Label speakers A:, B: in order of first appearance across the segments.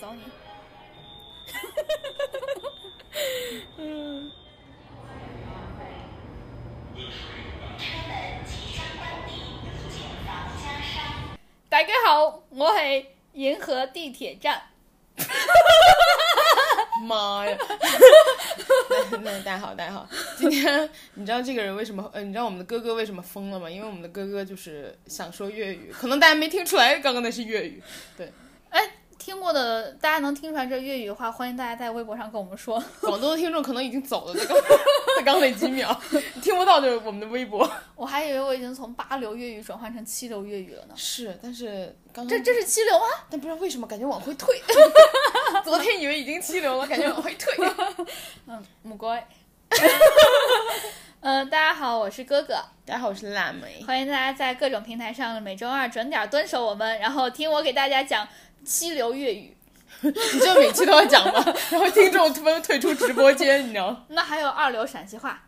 A: 教你。嗯。大家好，我系银河地铁站。
B: 妈呀！ 那那大家好，大家好。今天你知道这个人为什么？呃，你知道我们的哥哥为什么疯了吗？因为我们的哥哥就是想说粤语，可能大家没听出来，刚刚那是粤语。对，
A: 哎，听过的大家能听出来这粤语的话，欢迎大家在微博上跟我们说。
B: 广州的听众可能已经走了，他刚他刚那几秒听不到，就是我们的微博。
A: 我还以为我已经从八流粤语转换成七流粤语了呢。
B: 是，但是刚刚
A: 这这是七流吗？
B: 但不知道为什么感觉往回退。 昨天以为已经七流了，感 觉往回退。
A: 嗯，母龟。 嗯、大家好，我是哥哥，
B: 大家好，我是腊梅。
A: 欢迎大家在各种平台上每周二准点蹲守我们，然后听我给大家讲七流粤语。
B: 你就每期都要讲吧，然后听众纷纷退出直播间，你知道吗？
A: 那还有二流陕西 话，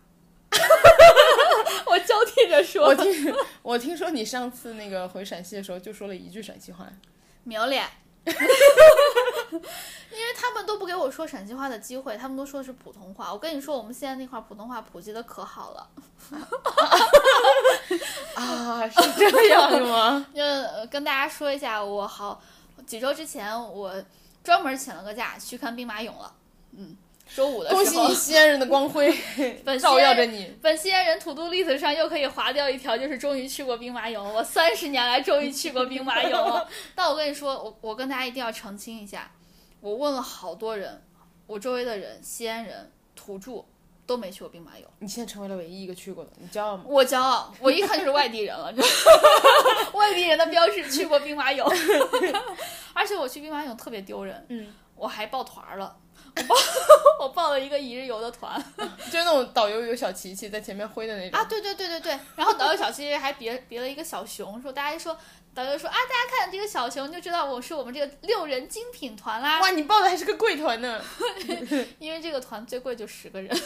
A: 我交替着说
B: 我。听我听说你上次那个回陕西的时候就说了一句陕西话，
A: 苗脸， 因为他们都不给我说陕西话的机会，他们都说的是普通话。我跟你说，我们现在那块儿普通话普及的可好了。
B: 啊，是这样的 吗？
A: 就、呃、跟大家说一下，我好几周之前我专门请了个假去看兵马俑了。嗯，周五的
B: 恭
A: 时
B: 喜
A: 候
B: 你，西安人的光辉
A: 本西安
B: 照耀着你。
A: 本西安人 to do list 上又可以划掉一条，就是终于去过兵马俑。我三十年来终于去过兵马俑 了。但我跟你说，我我跟大家一定要澄清一下，我问了好多人，我周围的人，西安人土著都没去过兵马俑。
B: 你现在成为了唯一一个去过的，你骄傲吗？
A: 我骄傲，我一看就是外地人了，你知道吗 外地人的标志去过兵马俑， 而且我去兵马俑特别丢人，
B: 嗯，
A: 我还报团儿了， 我报我报了一个一日游的团
B: 就是那种导游有小旗旗在前面挥的那种。
A: 啊，对对对对对，然后导游小七还别别了一个小熊，说大家说导游说啊，大家看这个小熊就知道我是我们这个六人精品团啦，
B: 哇，你报的还是个贵团呢！
A: 因为这个团最贵就十个 人，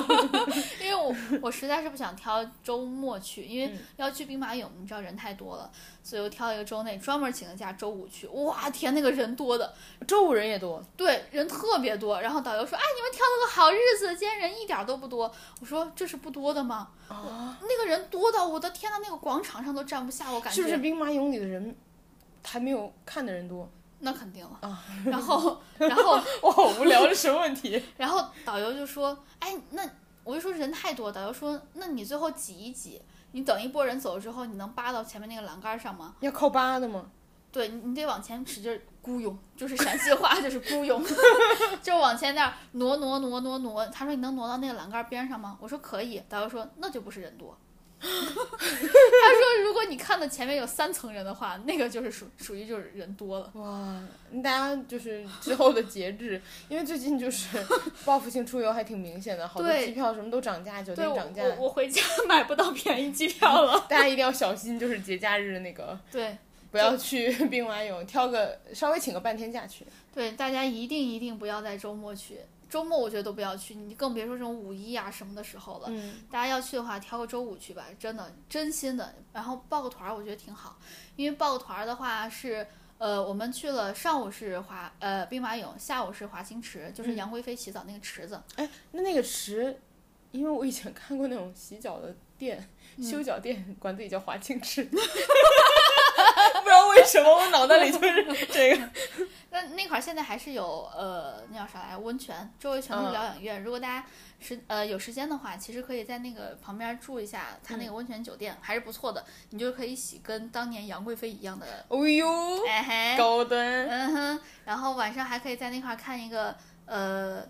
A: 因为我我实在是不想挑周末去，因
B: 嗯
A: 为要去兵马俑，你知道人太多了，所以我挑了一个周内专门请个假，周五去。哇天，那个人多的，
B: 周五人也多，
A: 对，人特别多。然后导游说：“哎，你们挑了个好日子，今天人一点都不多。”我说：“这是不多的吗？”
B: 哦
A: 那个人多到我的天呐，那个广场上都站不下，我感觉
B: 是不是兵马俑里的人还没有看的人多？
A: 那肯定了。
B: 哦
A: 然后，然后。
B: 我好无聊，这什么问题？
A: 然后导游就说：“哎，那我就说人太多。”导游说：“那你最后挤一挤，你等一波人走了之后，你能扒到前面那个栏杆上吗
B: 要靠扒的吗？？”
A: 对你，你得往前使劲儿咕涌，就是陕西话，就是咕涌， 就是往前那儿挪挪挪挪挪。他说：“你能挪到那个栏杆边上吗？”我说：“可以。”导游说：“那就不是人多。” 他说：“如果你看到前面有三层人的话，那个就是属属于就是人多了。
B: 哇，那大家就是之后的节制，因为最近就是 报复性出游还挺明显的，好多
A: 对
B: 机票什么都涨价，酒
A: 对
B: 店
A: 我
B: 涨价，
A: 我我回家买不到便宜机票了。
B: 大家一定要小心，就是节假日那个
A: 对，
B: 不要去 兵马俑，挑个稍微请个半天假去。
A: 对，大家一定一定不要在周末去，周末我觉得都不要去，你更别说这种五一啊什么的时候了。
B: 嗯，
A: 大家要去的话，挑个周五去吧，真的，真心的。然后报个团儿，我觉得挺好，因为报个团儿的话是，呃，我们去了上午是华呃兵马俑，下午是华清池，就是
B: 嗯
A: 杨贵妃洗澡那个池子。
B: 哎，那那个池，因为我以前看过那种洗脚的店，
A: 嗯
B: 修脚店管自己叫华清 池，不知道为什么我脑袋里就是这 个。
A: 那那块儿现在还是有呃，那叫啥来着？温泉，周围全都是
B: 嗯
A: 疗养院。如果大家时呃有时间的话，其实可以在那个旁边住一下，它那
B: 嗯
A: 个温泉酒店、还是不错的，你就可以洗跟当年杨贵妃一样的，
B: 哦呦，
A: 哎嘿，
B: 高端。
A: 嗯哼，然后晚上还可以在那块儿看一个呃《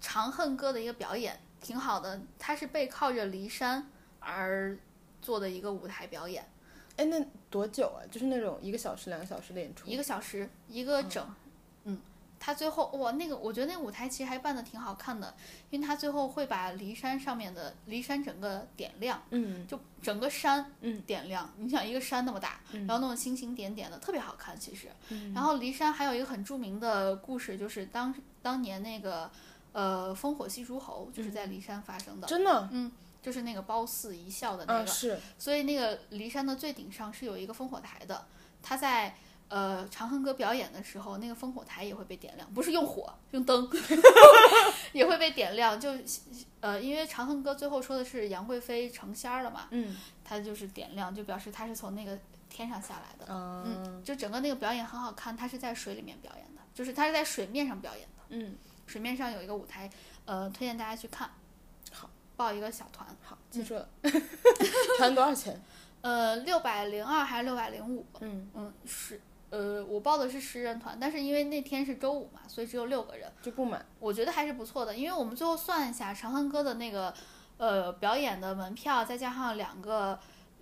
A: 长恨歌》的一个表演，挺好的。它是背靠着骊山而做的一个舞台表演，
B: 哎，那多久啊？就是那种一个小时、两个小时的演出
A: 一。个小时一个整，嗯，他最后哇，那个我觉得那个舞台其实还办的挺好看的，因为他最后会把骊山上面的骊山整个点亮，
B: 嗯，
A: 就整个山
B: 嗯
A: 点亮，你想一个山那么大，
B: 嗯
A: 然后那种星星点点的特别好看，其实，
B: 嗯
A: 然后骊山还有一个很著名的故事，就是当当年那个呃烽火戏诸侯就是
B: 嗯
A: 在骊山发生的。
B: 真的。
A: 就是那个褒姒一笑的那
B: 啊，
A: 个，
B: 是
A: 所以那个骊山的最顶上是有一个烽火台的，它在呃，长恨歌表演的时候，那个烽火台也会被点亮，不是用火，用灯 也会被点亮。就呃，因为长恨歌最后说的是杨贵妃成仙儿了嘛，
B: 嗯
A: 她就是点亮，就表示她是从那个天上下来的。
B: 嗯
A: 就整个那个表演很好看，它是在水里面表演的，就是它是在水面上表演的。
B: 嗯，
A: 水面上有一个舞台，呃，推荐大家去看。
B: 好，
A: 报一个小团，
B: 嗯好，记 住了。团多少钱？
A: 呃，六百零二还是六百零五？
B: 嗯，
A: 嗯，是，呃，我报的是十人团，但是因为那天是周五嘛，所以只有六个人，
B: 就不买。
A: 我觉得还是不错的。因为我们最后算一下，长恨歌的那个呃表演的门票，再加上两个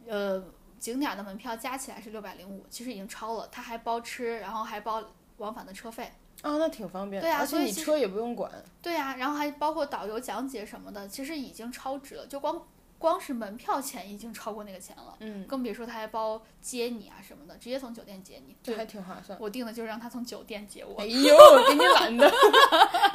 A: 呃景点的门票，加起来是六百零五，其实已经超了。它还包吃，然后还包往返的车费。
B: 啊，那挺方便的。
A: 对啊
B: 而
A: 所
B: 且
A: 以
B: 你
A: 其实
B: 车也不用管。
A: 对呀、然后还包括导游讲解什么的，其实已经超值了，就光光是门票钱已经超过那个钱了，
B: 嗯，
A: 更别说他还包接你啊什么的，直接从酒店接你。
B: 这还挺划算。
A: 我定的就是让他从酒店接我
B: 哎。呦，给你懒 的，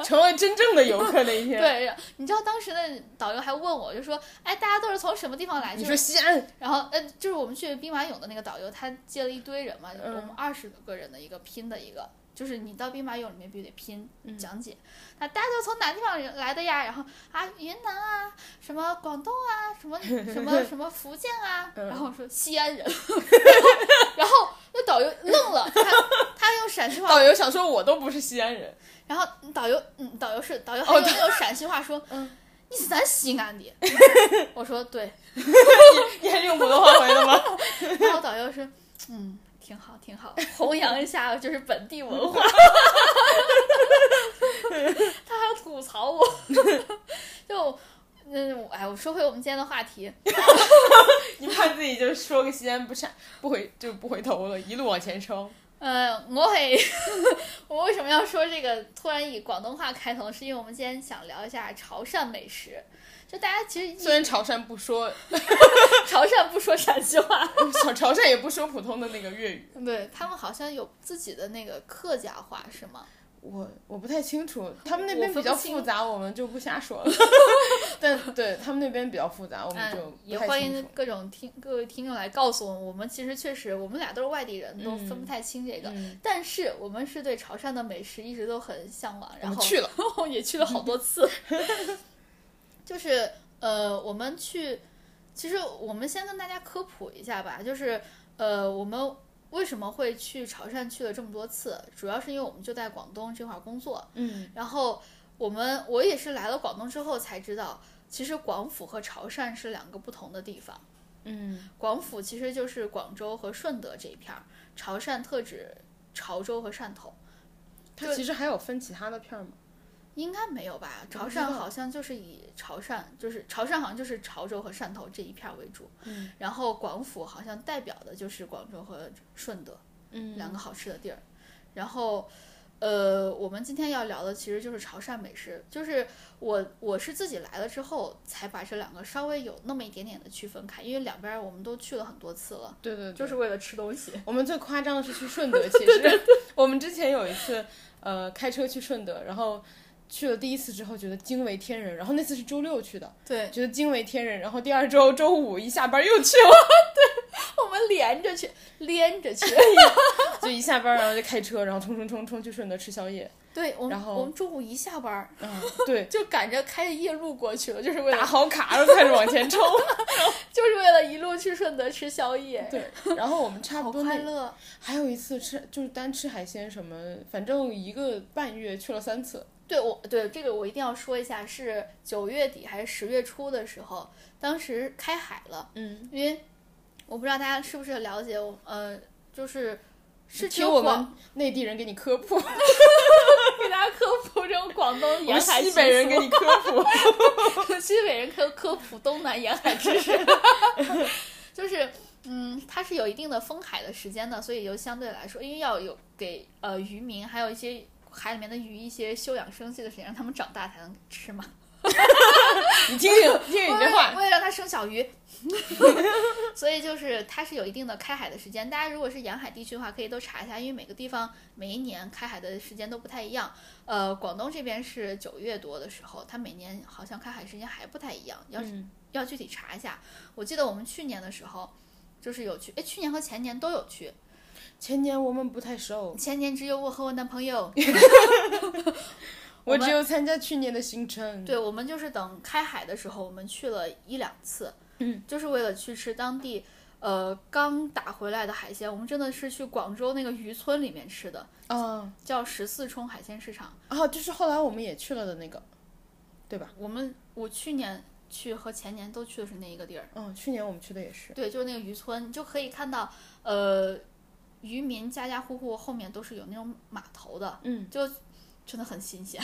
B: 成为真正的游客那一天。，
A: 对，你知道当时的导游还问我，就说，哎，大家都是从什么地方来？
B: 你
A: 就
B: 说
A: 是，
B: 西安，
A: 然后，呃，就是我们去兵马俑的那个导游，他接了一堆人嘛，
B: 嗯
A: 我们二十个人的一个拼的一个，就是你到兵马俑里面必须得拼
B: 嗯
A: 讲解，那、大家都从哪地方人来的呀？然后啊，云南啊，什么广东啊，什么什么什 么福建啊，
B: 嗯
A: 然后我说西安人， 然后然后那导游愣了，他他用陕西话
B: 导游想说我都不是西安 人，
A: 然后导游，嗯，导游是导游，还
B: 哦
A: 有那种陕西话说，
B: 嗯
A: 你是咱西安的， 我说对，
B: 你还是用普通话回的吗？
A: 然后导游说，嗯，挺好，挺好，弘扬一下就是本地文化， 他还要吐槽我， 就，嗯，我哎，我说回我们今天的话题，
B: 你怕自己就说个西安不差，不回就不回头了，一路往前 冲。
A: 呃，我会， 我为什么要说这个？突然以广东话开头，是因为我们今天想聊一下潮汕美食，就大家其实
B: 虽
A: 一
B: 然潮汕不说，
A: 潮汕不说陕西话。
B: 小潮汕也不说普通的那个粤语。
A: 对他们好像有自己的那个客家话是吗？
B: 我我不太清楚，他们那边
A: 我分不
B: 比较
A: 清
B: 复杂，我们就不瞎 说了。但对他们那边比较复杂，我们就
A: 嗯，也
B: 不太
A: 欢
B: 清
A: 迎
B: 楚。
A: 各种听各位听众来告诉我们，我们其实确实我们俩都是外地人，都分不太清这个。
B: 嗯，
A: 但是我们是对潮汕的美食一直都很向往，
B: 我
A: 然
B: 们
A: 后
B: 去了，
A: 然 后也去了好多次。 就是呃，我们去，其实我们先跟大家科普一下吧，就是呃，我们为什么会去潮汕去了这么多次，主要是因为我们就在广东这块儿工作，
B: 嗯，
A: 然后我们我也是来了广东之后才知道，其实广府和潮汕是两个不同的地方。
B: 嗯，
A: 广府其实就是广州和顺德这一片儿，潮汕特指潮州和汕头，
B: 它
A: 对
B: 其实还有分其他的片儿吗？
A: 应该哦没有吧？潮
B: 不知道
A: 汕好像就是以潮汕，就是潮汕好像就是潮州和汕头这一片儿为主，
B: 嗯
A: 然后广府好像代表的就是广州和顺德
B: 嗯
A: 两个好吃的地儿，然后。呃，我们今天要聊的其实就是潮汕美食，就是我我是自己来了之后才把这两个稍微有那么一点点的区分开，因为两边儿我们都去了很多次了，
B: 对对对，
A: 嗯就是为了吃东西。
B: 我们最夸张的是 去顺德，其实 我们之前有一次，呃，开车去顺德，然后去了第一次之后觉得惊为天人，然后那次是周六去的，
A: 对，
B: 觉得惊为天人，然后第二周 周五一下班又 去了，
A: 我们连着去，连着 去。
B: 就一下班然后就开车，然后冲冲冲冲去顺德吃宵夜，
A: 对，我们
B: 然后
A: 我们中午一下班儿
B: 嗯，对，
A: 就赶着开着夜路过去了，就是为
B: 打
A: 了
B: 好卡，然后开始往前冲，
A: 就是为了一路去顺德吃宵夜，
B: 对，然后我们差
A: 好
B: 不多那
A: 快乐。
B: 还有一次吃就是单吃海鲜什么，反正一个半月去了三次，
A: 对我对这个我一定要说一下，是九月底还是十月初的时候，当时开海了，
B: 嗯，
A: 因为我不知道大家是不是了解我，呃，就是是只
B: 听
A: 有
B: 我
A: 广
B: 们内地人给你科普，
A: 给大家科普这种广东
B: 我们
A: 沿海
B: 西北人给你科 普。
A: 你西北人科科普东南沿海知识， 就是嗯，它是有一定的封海的时间的，所以就相对来说，因为要有给呃渔民还有一些海里面的鱼一些休养生息的时间，让他们长大才能吃嘛。
B: 你 听听听 听你这
A: 为
B: 话，
A: 了为了让它生小鱼， 所以就是它是有一定的开海的时间。大家如果是沿海地区的话，可以都查一下，因为每个地方每一年开海的时间都不太一样。呃，广东这边是九月多的时候，它每年好像开海时间还不太一样，要、
B: 嗯
A: 要具体查一下。我记得我们去年的时候，就是有去，哎，去年和前年都有去。
B: 前年我们不太熟，
A: 前年只有我和我男朋友，
B: 我只有参加去年的行程。
A: 对我们就是等开海的时候，我们去了一两次，
B: 嗯，
A: 就是为了去吃当地呃刚打回来的海鲜。我们真的是去广州那个渔村里面吃的，
B: 啊
A: 叫十四冲海鲜市场。
B: 啊，就是后来我们也去了的那个，对吧？
A: 我们我去年去和前年都去的是那一个地儿，
B: 嗯，去年我们去的也是。
A: 对，就是那个渔村，你就可以看到呃渔民家家户户后面都是有那种码头的，
B: 嗯，
A: 真的很新鲜。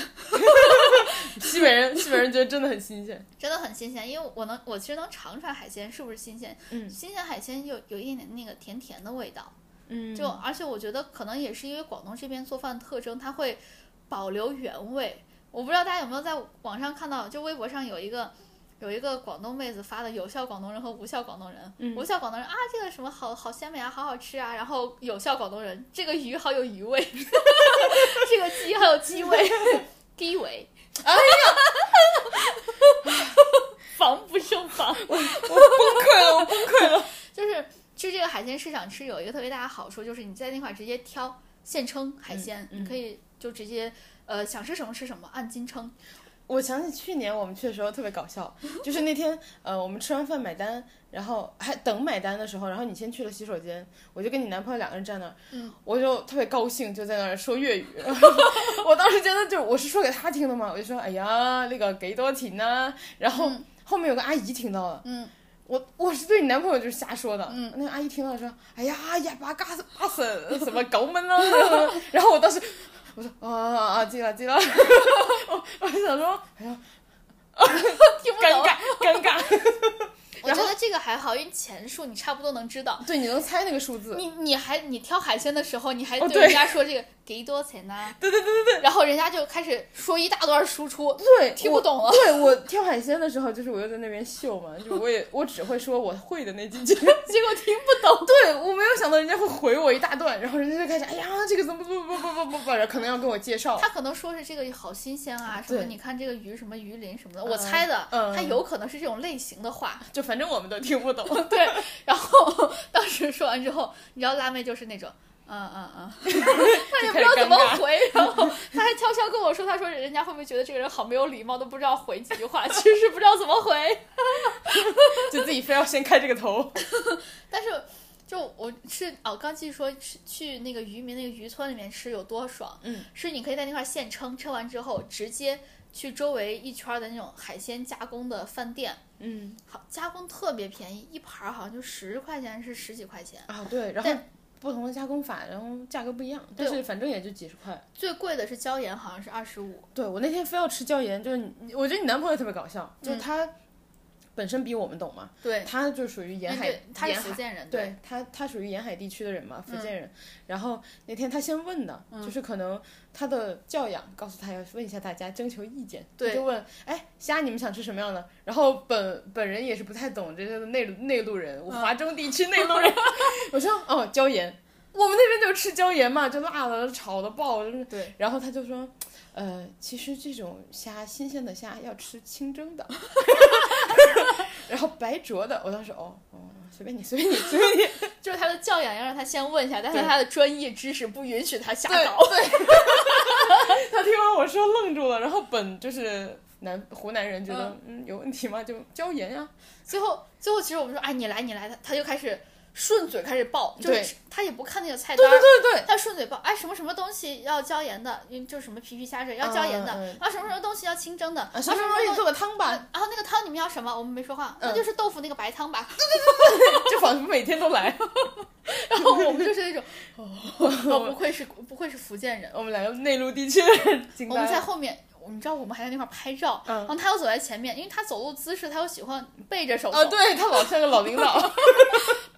B: 西北人， 西北人觉得真的很新鲜。
A: 真的很新鲜，因为我能，我其实能尝出来海鲜是不是新鲜。
B: 嗯
A: 新鲜海鲜有有一点点那个甜甜的味道，
B: 嗯
A: 就、而且我觉得可能也是因为广东这边做饭特征，它会保留原味。我不知道大家有没有在网上看到，就微博上有一个有一个广东妹子发的有效广东人和无效广东人，
B: 嗯
A: 无效广东人啊这个什么好好鲜美啊，好好吃啊，然后有效广东人这个鱼好有鱼味， 这个鸡好有鸡 味，低维，
B: 哎
A: 呀，防不胜防。
B: 我崩溃了，我崩溃了。
A: 就是去这个海鲜市场吃有一个特别大的好处，就是你在那块儿直接挑现称海鲜，
B: 嗯嗯
A: 你可以就直接呃想吃什么吃什么，按斤 称。
B: 我想起去年我们去的时候特别搞笑，就是那天呃我们吃完饭买单，然后还等买单的时候，然后你先去了洗手间，我就跟你男朋友两个人站那儿，
A: 嗯
B: 我就特别高兴，就在那儿说 粤语。我当时觉得就我是说给他听的嘛，我就说哎呀那个几多钱呢？然后、
A: 嗯
B: 后面有个阿姨听到了。
A: 嗯，
B: 我我是对你男朋友就是瞎说的，
A: 嗯
B: 那个阿姨听到说，哎呀，哑巴嘎 巴什什么狗们啊， 然后我当时我说啊啊啊，记了记 了，我我就想说，哎呀，
A: 听不
B: 尴
A: 懂。
B: 尬尴尬，
A: 我觉得这个还好，因为钱数你差不多能知道。
B: 对，你能猜那个数字，
A: 你你还你挑海鲜的时候，你还
B: 哦
A: 对
B: 对
A: 人家说这个给多少钱呢、 对对对对对。然后人家就开始说一大段输出，
B: 对，
A: 听不
B: 我。
A: 懂啊了。
B: 对我挑海鲜的时候，就是我又在那边秀嘛，就我也我只会说我会的那几句，
A: 结果听 不懂。
B: 对我没有想到人家会回我一大段，然后人家就开始哎呀这个怎么怎么不不不不不，然后可能要跟我介绍，
A: 他可能说是这个好新鲜啊，什么
B: 对
A: 你看这个鱼什么鱼鳞什么的，我猜的，
B: 嗯
A: 他有可能是这种类型的话，
B: 就反正我们都听不懂，
A: 对，然后当时说完之后，你知道辣妹就是那种。嗯嗯嗯，他也不知道怎么回，然后他还悄悄跟我说，他说人家会不会觉得这个人好没有礼貌，都不知道回几句话，其实不知道怎么回。
B: 就自己非要先开这个头。
A: 但是就我是哦，刚继续说去去那个渔民那个渔村里面吃有多爽，
B: 嗯，
A: 是你可以在那块现称，称完之后直接去周围一圈儿的那种海鲜加工的饭店，
B: 嗯
A: 好加工特别便宜，一盘儿好像就十块钱是十几块钱，
B: 啊，对，然后
A: 但
B: 不同的加工法，然后价格不一样，
A: 对
B: 但是反正也就几十块。
A: 最贵的是椒盐，好像是二十五，
B: 对我那天非要吃椒盐，就是你我觉得你男朋友特别搞笑，就是
A: 嗯
B: 他本身比我们懂嘛，
A: 对，
B: 他就属于沿海
A: 对，，他是
B: 沿
A: 福
B: 海。
A: 建人，
B: 对他，他属于沿海地区的人嘛，福建人。然后那天他先问的，
A: 嗯
B: 就是可能他的教养告诉他要问一下大家，征求意见。
A: 对
B: 他就问，哎，虾你们想吃什么样的？然后本本人也是不太懂这些的内内陆人，我
A: 嗯
B: 华中地区内陆人。 我说哦，椒盐，我们那边就是吃椒盐嘛，就辣的、炒的、爆的。就是
A: 对，
B: 然后他就说，呃，其实这种虾，新鲜的虾要吃清蒸的， 然后白灼的。我当时哦哦，随便你，随便你，随便你。
A: 就是他的教养要让他先问一下，但是
B: 对
A: 他的专业知识不允许他瞎
B: 对
A: 搞。
B: 他听完我说愣住了，然后本就是南湖南人觉得嗯有问题吗？就椒盐呀、
A: 最后，最后其实我们说，哎，你来，你来，他他就开始顺嘴开始报，就
B: 对
A: 是他也不看那个菜单
B: 对
A: 儿，
B: 对对对，
A: 他顺嘴报，哎，什么什么东西要椒盐的，嗯就是什么皮皮虾这要椒盐的，
B: 嗯嗯
A: 啊，什么什么东西要清蒸的，
B: 啊
A: 啊，
B: 什么
A: 什
B: 什
A: 么
B: 么给你
A: 东西。
B: 做个汤吧，
A: 然后那个汤你们要什么？我们没说话，那
B: 嗯
A: 就是豆腐那个白汤吧。
B: 就仿佛每天都来。
A: 然后我们就是 那种，哦，不愧是不愧是福建人。
B: 我们两个内陆地区的人惊
A: 我们
B: 呆
A: 在
B: 了。
A: 后面，你知道我们还在那块儿拍照，
B: 嗯
A: 然后他又走在前面，因为他走路姿势，他又喜欢背着手走，
B: 啊，对他老像个老领导，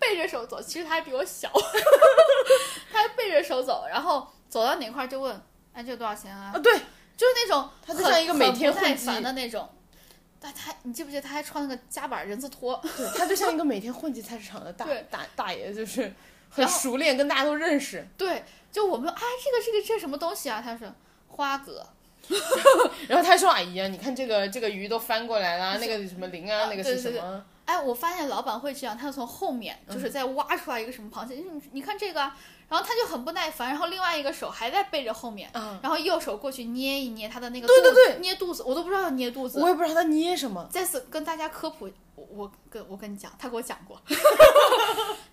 A: 背着手走，其实他还比我小， 他还背着手走，然后走到哪块儿就问，哎，这多少钱啊
B: 啊，？对，
A: 就是那种
B: 他就像一个每天
A: 很不耐
B: 混迹
A: 烦的那种。但他，你记不记得他还穿了个夹板人字拖？
B: 对他就像一个每天混迹菜市场的大
A: 对
B: 大大爷，就是很
A: 然后
B: 熟练，跟大家都认识。
A: 对，就我们哎，这个这个这什么东西啊？他说花蛤，
B: 然后他说：“阿姨啊，你看这个这个鱼都翻过来啦，那个什么鳞啊，
A: 啊
B: 那个是
A: 对
B: 什
A: 对
B: 么？
A: 嗯哎，我发现老板会这样，他要从后面就是在挖出来一个什么螃蟹，你你看这个啊，然然后他就很不耐烦，然后另外一个手还在背着后面，
B: 嗯，
A: 然后右手过去捏一捏他的那个
B: 对对
A: 肚子
B: 对
A: 捏肚子，我都不知道要捏肚子。
B: 我也不知道他捏什么，
A: 再次跟大家科普，我我跟我跟你讲，他给我讲过，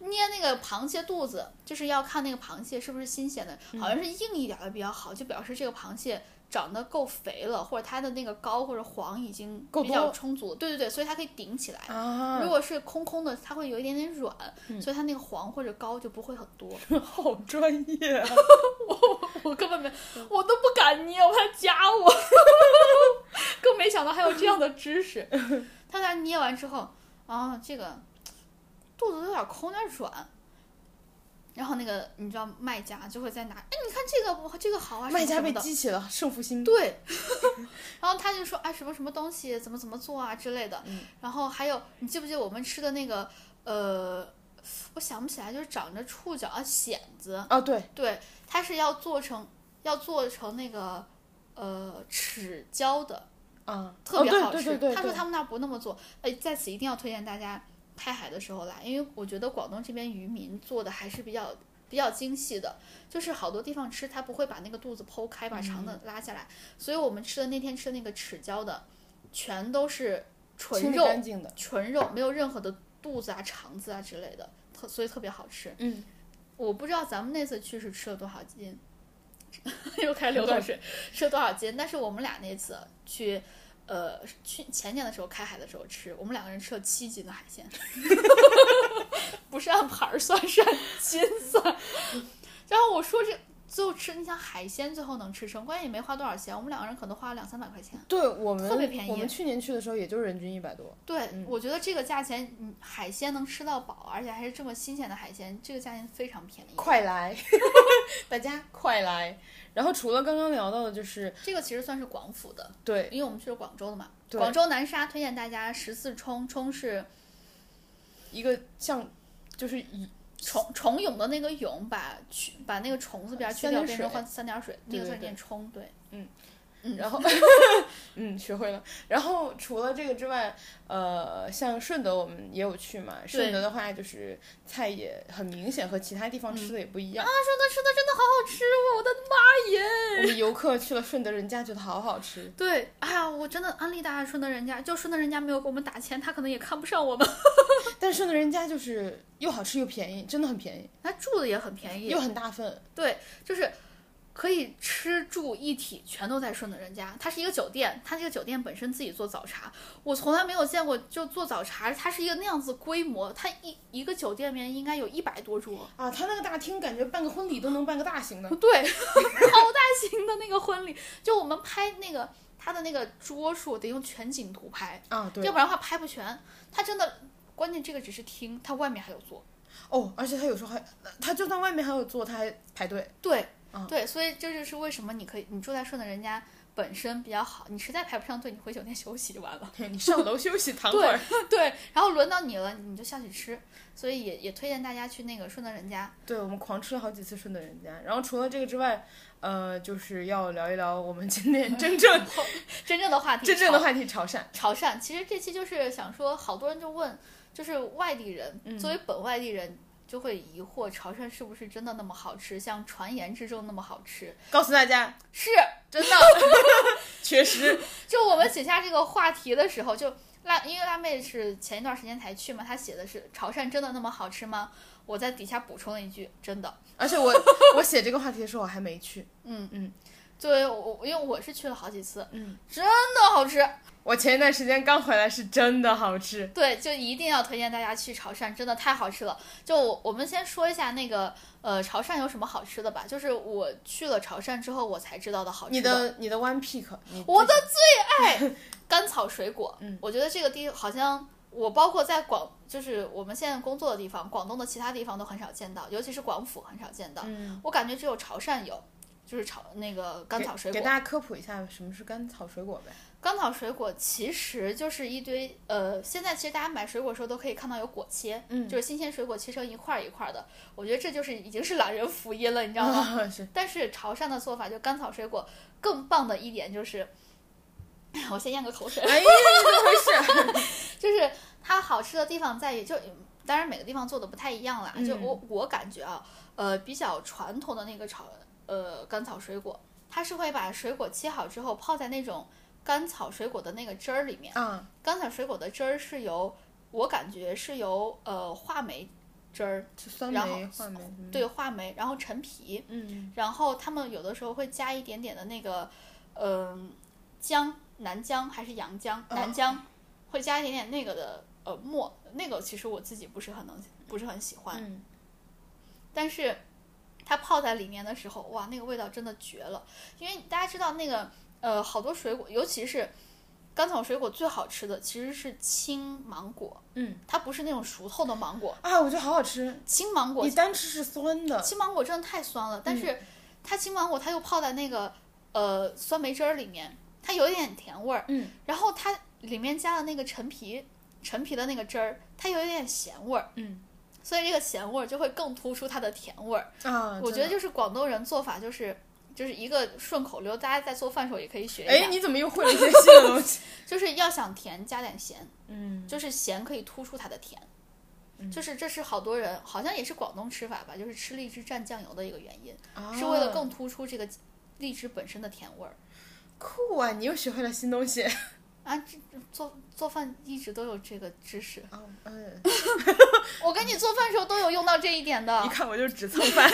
A: 捏那个螃蟹肚子，就是要看那个螃蟹是不是新鲜的，好
B: 嗯
A: 像是硬一点的比较好，就表示这个螃蟹长得够肥了，或者它的那个膏或者黄已经
B: 够
A: 比较
B: 多
A: 充足，对对对，所以它可以顶起来。
B: 啊
A: 如，果是空空的，它会有一点点软，
B: 嗯
A: 所以它那个黄或者膏就不会很多。
B: 好专业啊！
A: 我根本没，我都不敢捏，我怕夹我， 更没想到还有这样的知识。他在那捏完之后，啊，这个肚子有点空，有点软。然后那个你知道卖家就会在拿，哎，你看这个我这个好啊，什么
B: 卖家
A: 什么
B: 被
A: 的
B: 激起了胜负心，
A: 对， 然后他就说哎什么什么东西怎么怎么做啊之类的，
B: 嗯
A: 然后还有你记不记得我们吃的那个呃，我想不起来，就是长着触角啊蚬子，
B: 啊，对，
A: 对，它是要做成要做成那个呃齿胶的，
B: 啊，
A: 嗯特别好
B: 哦、对
A: 吃。
B: 对对对
A: 他说
B: 对，
A: 他们那儿不那么做，哎，在此一定要推荐大家拍海的时候来，因为我觉得广东这边渔民做的还是比较。比较精细的，就是好多地方吃它不会把那个肚子剖开，把肠
B: 嗯
A: 子拉下来，所以我们吃的那天吃的那个齿胶的，全都是纯
B: 清理
A: 肉，
B: 干净的，
A: 纯肉，没有任何的肚子啊、肠子啊之类的，特所以特别好吃。
B: 嗯，
A: 我不知道咱们那次去是吃了多少斤， 又开始流 口水，吃了多少斤？但是我们俩那次去，呃，去前年的时候开海的时候吃，我们两个人吃了七斤的海 鲜，不是按盘儿算，是按斤算。然后我说这最后吃，你想海鲜最后能吃成，关键也没花多少钱，我们两个人可能花了两三百块钱。
B: 对我们
A: 特别便宜
B: 我们去年去的时候也就是人均一百多，
A: 对，
B: 嗯
A: 我觉得这个价钱，嗯，海鲜能吃到饱，而且还是这么新鲜的海鲜，这个价钱非常便宜。
B: 快来， 大家快来！然后除了刚刚聊到的，就是
A: 这个其实算是广府的，
B: 对
A: 因为我们去了广州的嘛。
B: 对
A: 广州南沙推荐大家十四冲，冲是
B: 一个像就是以
A: 虫虫蛹的那个蛹，把去把那个虫字边去
B: 三
A: 掉，
B: 点
A: 变成
B: 水
A: 换三点水，那
B: 对
A: 个
B: 对
A: 算
B: 对
A: 念冲，对。嗯
B: 然后 嗯学会了。然后除了这个之外，呃，像顺德我们也有去嘛，顺德的话就是菜也很明显和其他地
A: 嗯
B: 方吃的也不一样。
A: 啊他说他吃的真的好好吃，我的妈耶！
B: 我们游客去了顺德，人家觉得好好吃。
A: 对，哎呀，我真的安利大家顺德人家，就顺德人家没有给我们打钱，他可能也看不上我们。
B: 但是呢，人家就是又好吃又便宜，真的很便宜，
A: 他住的也很便宜，
B: 又很大份。
A: 对，就是可以吃住一体全都在顺德人家。它是一个酒店，它这个酒店本身自己做早茶，我从来没有见过就做早茶，它是一个那样子规模，它一一个酒店里面应该有一百多桌。
B: 啊，他那个大厅感觉办个婚礼都能办个大型的。
A: 对， 好大型的那个婚礼，就我们拍那个它的那个桌数得用全景图拍，
B: 啊，对
A: 要，不然的话拍不全。它真的，关键这个只是厅，它外面还有座。
B: 哦，而且他有时候还，他就算外面还有座，他还排队。
A: 对，
B: 嗯
A: 对，所以这就是为什么你可以，你住在顺德人家本身比较好，你实在排不上队，你回酒店休息就完了。
B: 你上楼休息躺
A: 会
B: 儿。
A: 哦对，然后轮到你了，你就下去吃，所以也也推荐大家去那个顺德人家。
B: 对，我们狂吃了好几次顺德人家。然后除了这个之外，呃，就是要聊一聊我们今天 真正
A: 真正的话题，
B: 真正的话题潮汕。
A: 潮潮汕，其实这期就是想说，好多人就问，就是外地人、
B: 嗯
A: 作为本外地人。就会疑惑潮汕是不是真的那么好吃，像传言之中那么好吃？
B: 告诉大家，
A: 是，
B: 真的，确实，
A: 就我们写下这个话题的时候，就辣，因为辣妹是前一段时间才去嘛，她写的是潮汕真的那么好吃吗？我在底下补充了一句，真的。
B: 而且我我写这个话题的时候我还没去，
A: 作为我，我因为我是去了好几次，
B: 嗯，
A: 真的好吃，
B: 我前一段时间刚回来，是真的好吃。
A: 对，就一定要推荐大家去潮汕，真的太好吃了。就我我们先说一下那个呃潮汕有什么好吃的吧，就是我去了潮汕之后我才知道的好吃
B: 你的你的 One Pick，你
A: 我的最 爱甘草水果。
B: 嗯
A: 我觉得这个地好像我包括在广，就是我们现在工作的地方，广东的其他地方都很少见到，尤其是广府很少见到。
B: 嗯
A: 我感觉只有潮汕有，就是潮那个甘草水
B: 给
A: 果
B: 给。大家科普一下什么是甘草水果呗。
A: 甘草水果其实就是一堆呃，现在其实大家买水果的时候都可以看到有果切，
B: 嗯
A: 就是新鲜水果切成一块儿一块儿的。我觉得这就是已经是懒人福音了，你知道吗？
B: 是
A: 但是潮汕的做法，就甘草水果更棒的一点就是，哎我 先咽个口水。
B: 哎呀，怎么回事？
A: 就是它好吃的地方在于，就当然每个地方做的不太一样啦。就
B: 嗯
A: 我我感觉啊，呃，比较传统的那个炒呃甘草水果，它是会把水果切好之后泡在那种甘草水果的那个汁儿里面。
B: 啊，
A: 甘草水果的汁儿是由我感觉是由呃话梅汁儿，
B: 就酸
A: 然
B: 梅、
A: 后
B: 话梅，嗯，
A: 对话梅，然后陈皮，
B: 嗯，
A: 然后他们有的时候会加一点点的那个，嗯、姜，南姜还是洋姜，
B: 哦
A: 南姜，会加一点点那个的呃末，那个其实我自己不是很能，不是很喜欢，
B: 嗯
A: 但是它泡在里面的时候，哇，那个味道真的绝了，因为大家知道那个呃好多水果，尤其是甘草水果最好吃的其实是青芒果，
B: 嗯，
A: 它不是那种熟透的芒果，
B: 啊，我觉得好好吃。
A: 青芒果
B: 你单吃是酸的，嗯
A: 青芒果真的太酸了，但是它青芒果它又泡在那个呃酸梅汁儿里面，它有一点甜味儿，
B: 嗯，
A: 然后它里面加了那个陈皮，陈皮的那个汁儿，它有一点咸味儿，
B: 嗯，
A: 所以这个咸味儿就会更突出它的甜味儿。
B: 啊，
A: 我
B: 真
A: 觉得
B: 的。
A: 就是广东人做法就是。就是一个顺口溜，大家在做饭的时候也可以学一
B: 哎，
A: 下，
B: 你怎么又会了一些新的 东西？
A: 就是要想甜加点咸，
B: 嗯，
A: 就是咸可以突出它的甜，
B: 嗯
A: 就是这是好多人好像也是广东吃法吧，就是吃荔枝蘸酱油的一个原因。是为了
B: 啊
A: 更突出这个荔枝本身的甜味儿
B: 酷啊！你又学会了新东西。
A: 啊。这这做做饭一直都有这个知识，
B: 哦，嗯，
A: 我跟你做饭时候都有用到这一点
B: 一
A: 的。
B: 看我就只蹭 饭。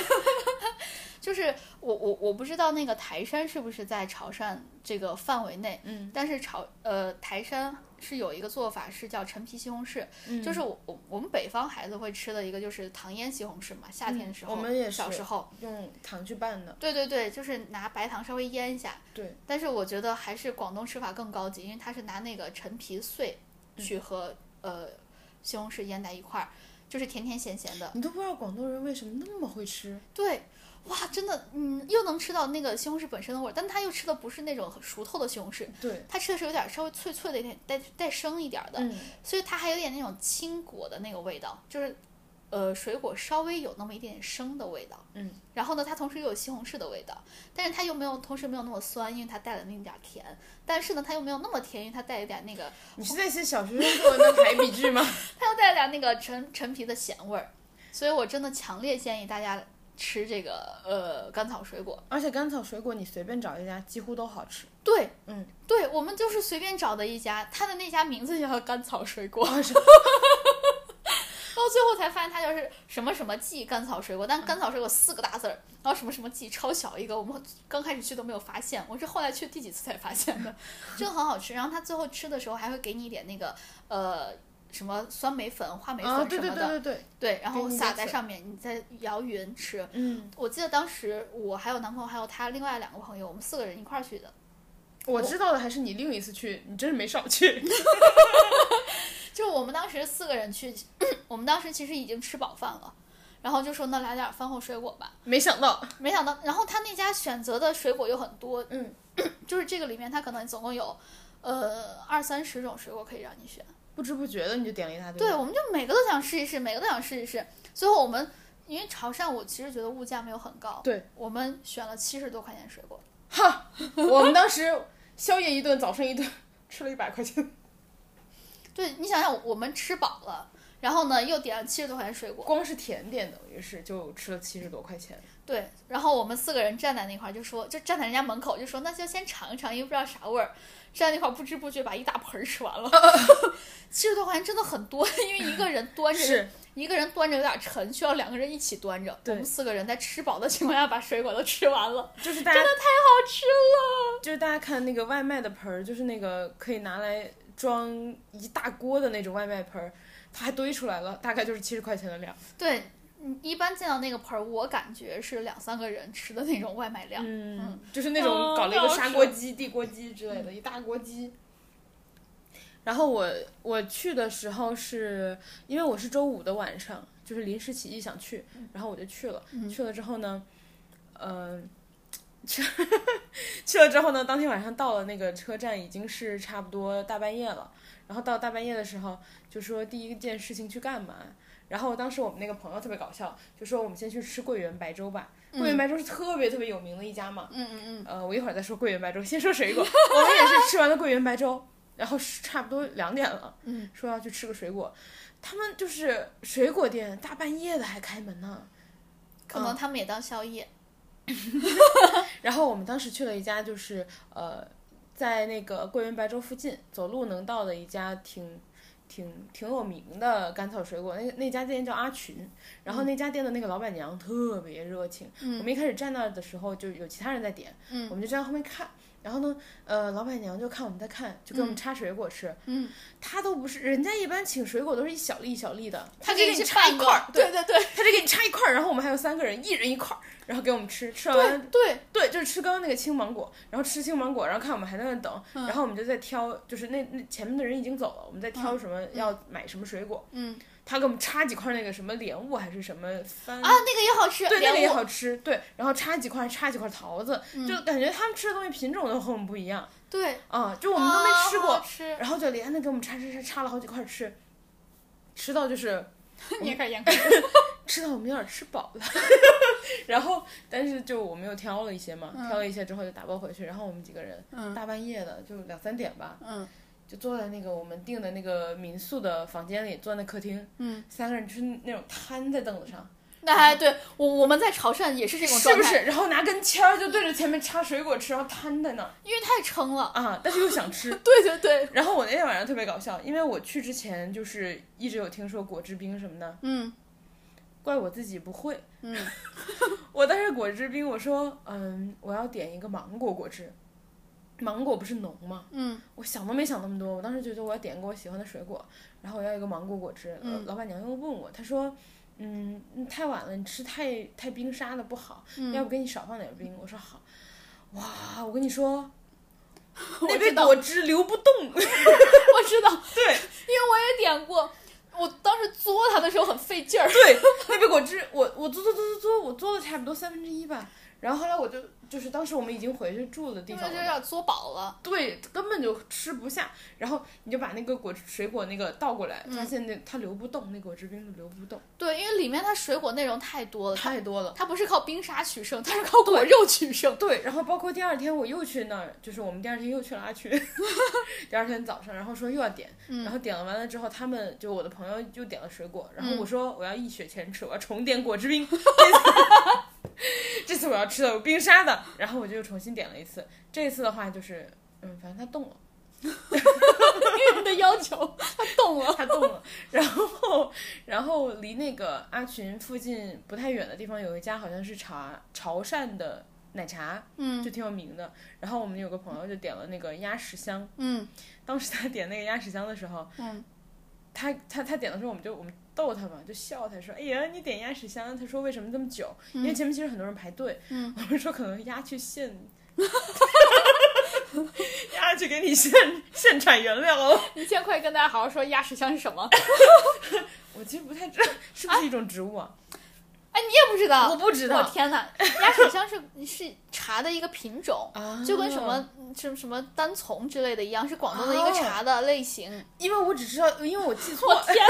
A: 就是我我我不知道那个台山是不是在潮汕这个范围内，
B: 嗯，
A: 但是潮呃台山是有一个做法是叫陈皮西红柿，
B: 嗯
A: 就是我我我们北方孩子会吃的一个就是糖腌西红柿嘛，夏天的时
B: 嗯
A: 候，
B: 我们也
A: 小
B: 是
A: 时候，
B: 用糖去拌的。
A: 对对对，就是拿白糖稍微腌一下，
B: 对，
A: 但是我觉得还是广东吃法更高级，因为它是拿那个陈皮碎去和、呃西红柿腌在一块儿，就是甜甜咸咸的。
B: 你都不知道广东人为什么那么会吃。
A: 对，哇，真的，嗯，又能吃到那个西红柿本身的味儿，但它又吃的不是那种很熟透的西红柿，
B: 对，
A: 它吃的是有点稍微脆脆的一点，带带生一点儿的，
B: 嗯，
A: 所以它还有点那种青果的那个味道，就是呃水果稍微有那么一点点生的味道。
B: 嗯，
A: 然后呢，它同时又有西红柿的味道，但是它又没有同时没有那么酸，因为它带了那一点儿甜。但是呢，它又没有那么甜，因为它带了点那个，
B: 你是在写小学生作文的排比 句吗？
A: 它又带了点那个陈陈皮的咸味儿。所以我真的强烈建议大家吃这个呃甘草水果。
B: 而且甘草水果你随便找一家几乎都好吃。
A: 对，
B: 嗯，
A: 对我们就是随便找的一家，它的那家名字就叫甘草水果，
B: 啊是
A: 到最后才发现它就是什么什么记甘草水果，
B: 嗯
A: 但甘草水果四个大字儿，然后什么什么记超小一个，我们刚开始去都没有发现，我是后来去第几次才发现的，真的很好吃。然后它最后吃的时候还会给你一点那个呃什么酸梅粉、话梅粉
B: 啊，
A: 什
B: 对对
A: 么
B: 对
A: 的，
B: 对对，
A: 对，然
B: 给
A: 后
B: 你
A: 撒
B: 点
A: 在
B: 粉
A: 上面，你再摇匀吃。
B: 嗯，
A: 我记得当时我还有男朋友，还有他另外两个朋友，我们四个人一块儿去的，
B: 我知道的还是你另一次去，你真是没少去。
A: 就我们当时四个人去， 我们当时其实已经吃饱饭了，然后就说那来点儿饭后水果吧。
B: 没想到，
A: 没想到，然后他那家选择的水果有很多，
B: 嗯，
A: 就是这个里面它可能总共有，呃，二三十种水果可以让你选。
B: 不知不觉的你就点了一大堆。
A: 对，我们就每个都想试一试，每个都想试一试。最后我们因为潮汕，我其实觉得物价没有很高，
B: 对，
A: 我们选了七十多块钱水果，
B: 我们当时宵夜一顿，早上一顿，吃了一百块钱，
A: 对你想想，我们吃饱了，然后呢又点了七十多块钱水果，
B: 光是甜点等于是就吃了七十多块钱。
A: 对，然后我们四个人站在那块儿就说，就站在人家门口就说，那就先尝一尝，因为不知道啥味儿。站在那块儿不知不觉把一大盆儿吃完 了，七十多块钱真的很多，因为一个人端着，
B: 是，
A: 一个人端着有点沉，需要两个人一起端着。我
B: 对
A: 们四个人在吃饱的情况下把水果都吃完了，
B: 就是大家
A: 好吃了。
B: 就是大家看那个外卖的盆儿，就是那个可以拿来装一大锅的那种外卖盆儿，它还堆出来了，大概就是七十块钱的量。
A: 对，嗯一般见到那个盆儿，我感觉是两三个人吃的那种外卖量。
B: 嗯，就是那种
A: 哦
B: 搞了一
A: 好
B: 个
A: 好吃
B: 砂锅鸡、地锅鸡之类的，一大锅鸡。然后我我去的时候是因为我是周五的晚上，就是临时起意想去，然后我就去了。
A: 嗯
B: 去了之后呢，呃，去 去了之后呢，当天晚上到了那个车站已经是差不多大半夜了。然后到大半夜的时候，就说第一件事情去干嘛？然后当时我们那个朋友特别搞笑，就说我们先去吃桂圆白粥吧。桂
A: 嗯
B: 圆白粥是特别特别有名的一家嘛。
A: 嗯嗯嗯，
B: 呃，我一会儿再说桂圆白粥，先说水果。我们也是吃完了桂圆白粥，然后是差不多两点了，
A: 嗯，
B: 说要去吃个水果，他们就是水果店大半夜的还开门呢。
A: 可
B: 嗯
A: 能他们也当宵夜。嗯
B: 然后我们当时去了一家，就是呃，在那个桂林白洲附近，走路能到的一家挺挺挺有名的甘草水果，那那家店叫阿群。然后
A: 嗯
B: 那家店的那个老板娘特别热情，我们一开始站那儿的时候就有其他人在点，
A: 嗯
B: 我们就站在后面看。然后呢，呃，老板娘就看我们在看，就给我们插水果吃。
A: 嗯，
B: 她都不是，人家一般请水果都是一小粒一小粒的，
A: 他
B: 她就
A: 给
B: 你
A: 你
B: 插
A: 半
B: 一
A: 个
B: 块儿，，
A: 对对对
B: 她就给你插一块儿。然后我们还有三个人，一人一块儿，然后给我们吃，吃完
A: 对对，
B: 对，就是吃刚刚那个青芒果，然后吃青芒果，然后看我们还在那等，
A: 嗯
B: 然后我们就在挑，就是那那前面的人已经走了，我们在挑什么、要买什么水果，
A: 嗯
B: 他给我们插几块那个什么莲雾还是什么番，
A: 啊，那个也好吃，
B: 对，那
A: 莲
B: 个也
A: 雾
B: 好吃，对，然后插几块插几块桃子，
A: 嗯
B: 就感觉他们吃的东西品种都和我们不一样
A: 对，
B: 啊、就我们都没
A: 啊
B: 吃
A: 好
B: 过，
A: 好 吃，
B: 然后就连着给我们插插插插了好几块吃，吃到就是
A: 也开眼科。
B: 吃到我们有点吃饱了， 然后但是就我们又挑了一些嘛，挑了一些之后就打包回去，然后我们几个人、
A: 嗯
B: 大半夜的就两三点吧，
A: 嗯
B: 就坐在那个我们订的那个民宿的房间里，坐在那客厅，
A: 嗯，
B: 三个人就是那种瘫在凳子上，
A: 那还对我我们在潮汕也是这种
B: 是
A: 状
B: 不
A: 态，
B: 是？然后拿根签儿就对着前面插水果吃，然后瘫在那儿
A: 因为太撑了。。
B: 啊，但是又想吃
A: 对对对，
B: 然后我那天晚上特别搞笑，因为我去之前就是一直有听说果汁冰什么的，
A: 嗯
B: 怪我自己不会。
A: 嗯，
B: 我当时果汁冰，我说，嗯，我要点一个芒果果汁。芒果不是浓吗？
A: 嗯
B: 我想都没想那么多，我当时觉得我要点一个我喜欢的水果，然后我要一个芒果果汁。
A: 嗯
B: 老老板娘又问我，她说，嗯，嗯太晚了，你吃太太冰沙的不好，
A: 嗯，
B: 要不给你少放点冰。我说好。哇，我跟 你说，
A: 我
B: 那
A: 知
B: 杯
A: 道
B: 果汁流不动。
A: 我知道，
B: 对
A: 因为我也点过，我当时嘬它的时候很费劲儿。
B: 对，那杯果汁，我我嘬嘬嘬嘬嘬，我嘬了差不多三分之一吧。然后后来我就就是当时我们已经回去住的地
A: 因
B: 方
A: 为
B: 了
A: 就
B: 嘛
A: 有，点作饱了。
B: 对，根本就吃不下。然后你就把那个果汁水果那个倒过来，发现那它流不动，那果汁冰都流不动，
A: 对，因为里面它水果内容太多了，它
B: 呃太多了。
A: 它不是靠冰沙取胜，它是靠果肉取 胜。
B: 对，然后包括第二天我又去那儿，就是我们第二天又去了阿群， 第二天早上，然后说又要点，然后点了完了之后，他们就我的朋友又点了水果，然后我说我要一雪前耻，我要重点果汁冰， 这次这次我要吃的有冰沙的，然后我就又重新点了一次，这次的话就是，嗯，反正它动了。
A: 因为你的要求，它动了。
B: 他动了， 然后然后离那个阿群附近不太远的地方有一家好像是茶潮汕的奶茶，
A: 嗯
B: 就挺有名的。然后我们有个朋友就点了那个鸭屎香，
A: 嗯
B: 当时他点那个鸭屎香的时候，
A: 嗯
B: 他他他点的时候我们就我们逗他嘛，就笑他说：“哎呀，你点鸭屎香。”他说：“为什么这么久？因为前面其实很多人排队。”
A: 嗯，
B: 我们说可能鸭 去现。鸭去给你现现产原料哦，
A: 你先快跟大家好好说鸭屎香是什么？
B: 我其实不太知道是不是一种植物啊？
A: 哎，你也不知道，
B: 我不知
A: 我
B: 道，
A: 天哪，鸭屎香是是茶的一个品种。
B: 啊
A: 就跟什么什么什么单丛之类的一样，是广东的一个茶的类型。
B: 因为我只知道，哦因为我记错
A: 我
B: 了。
A: 天哪！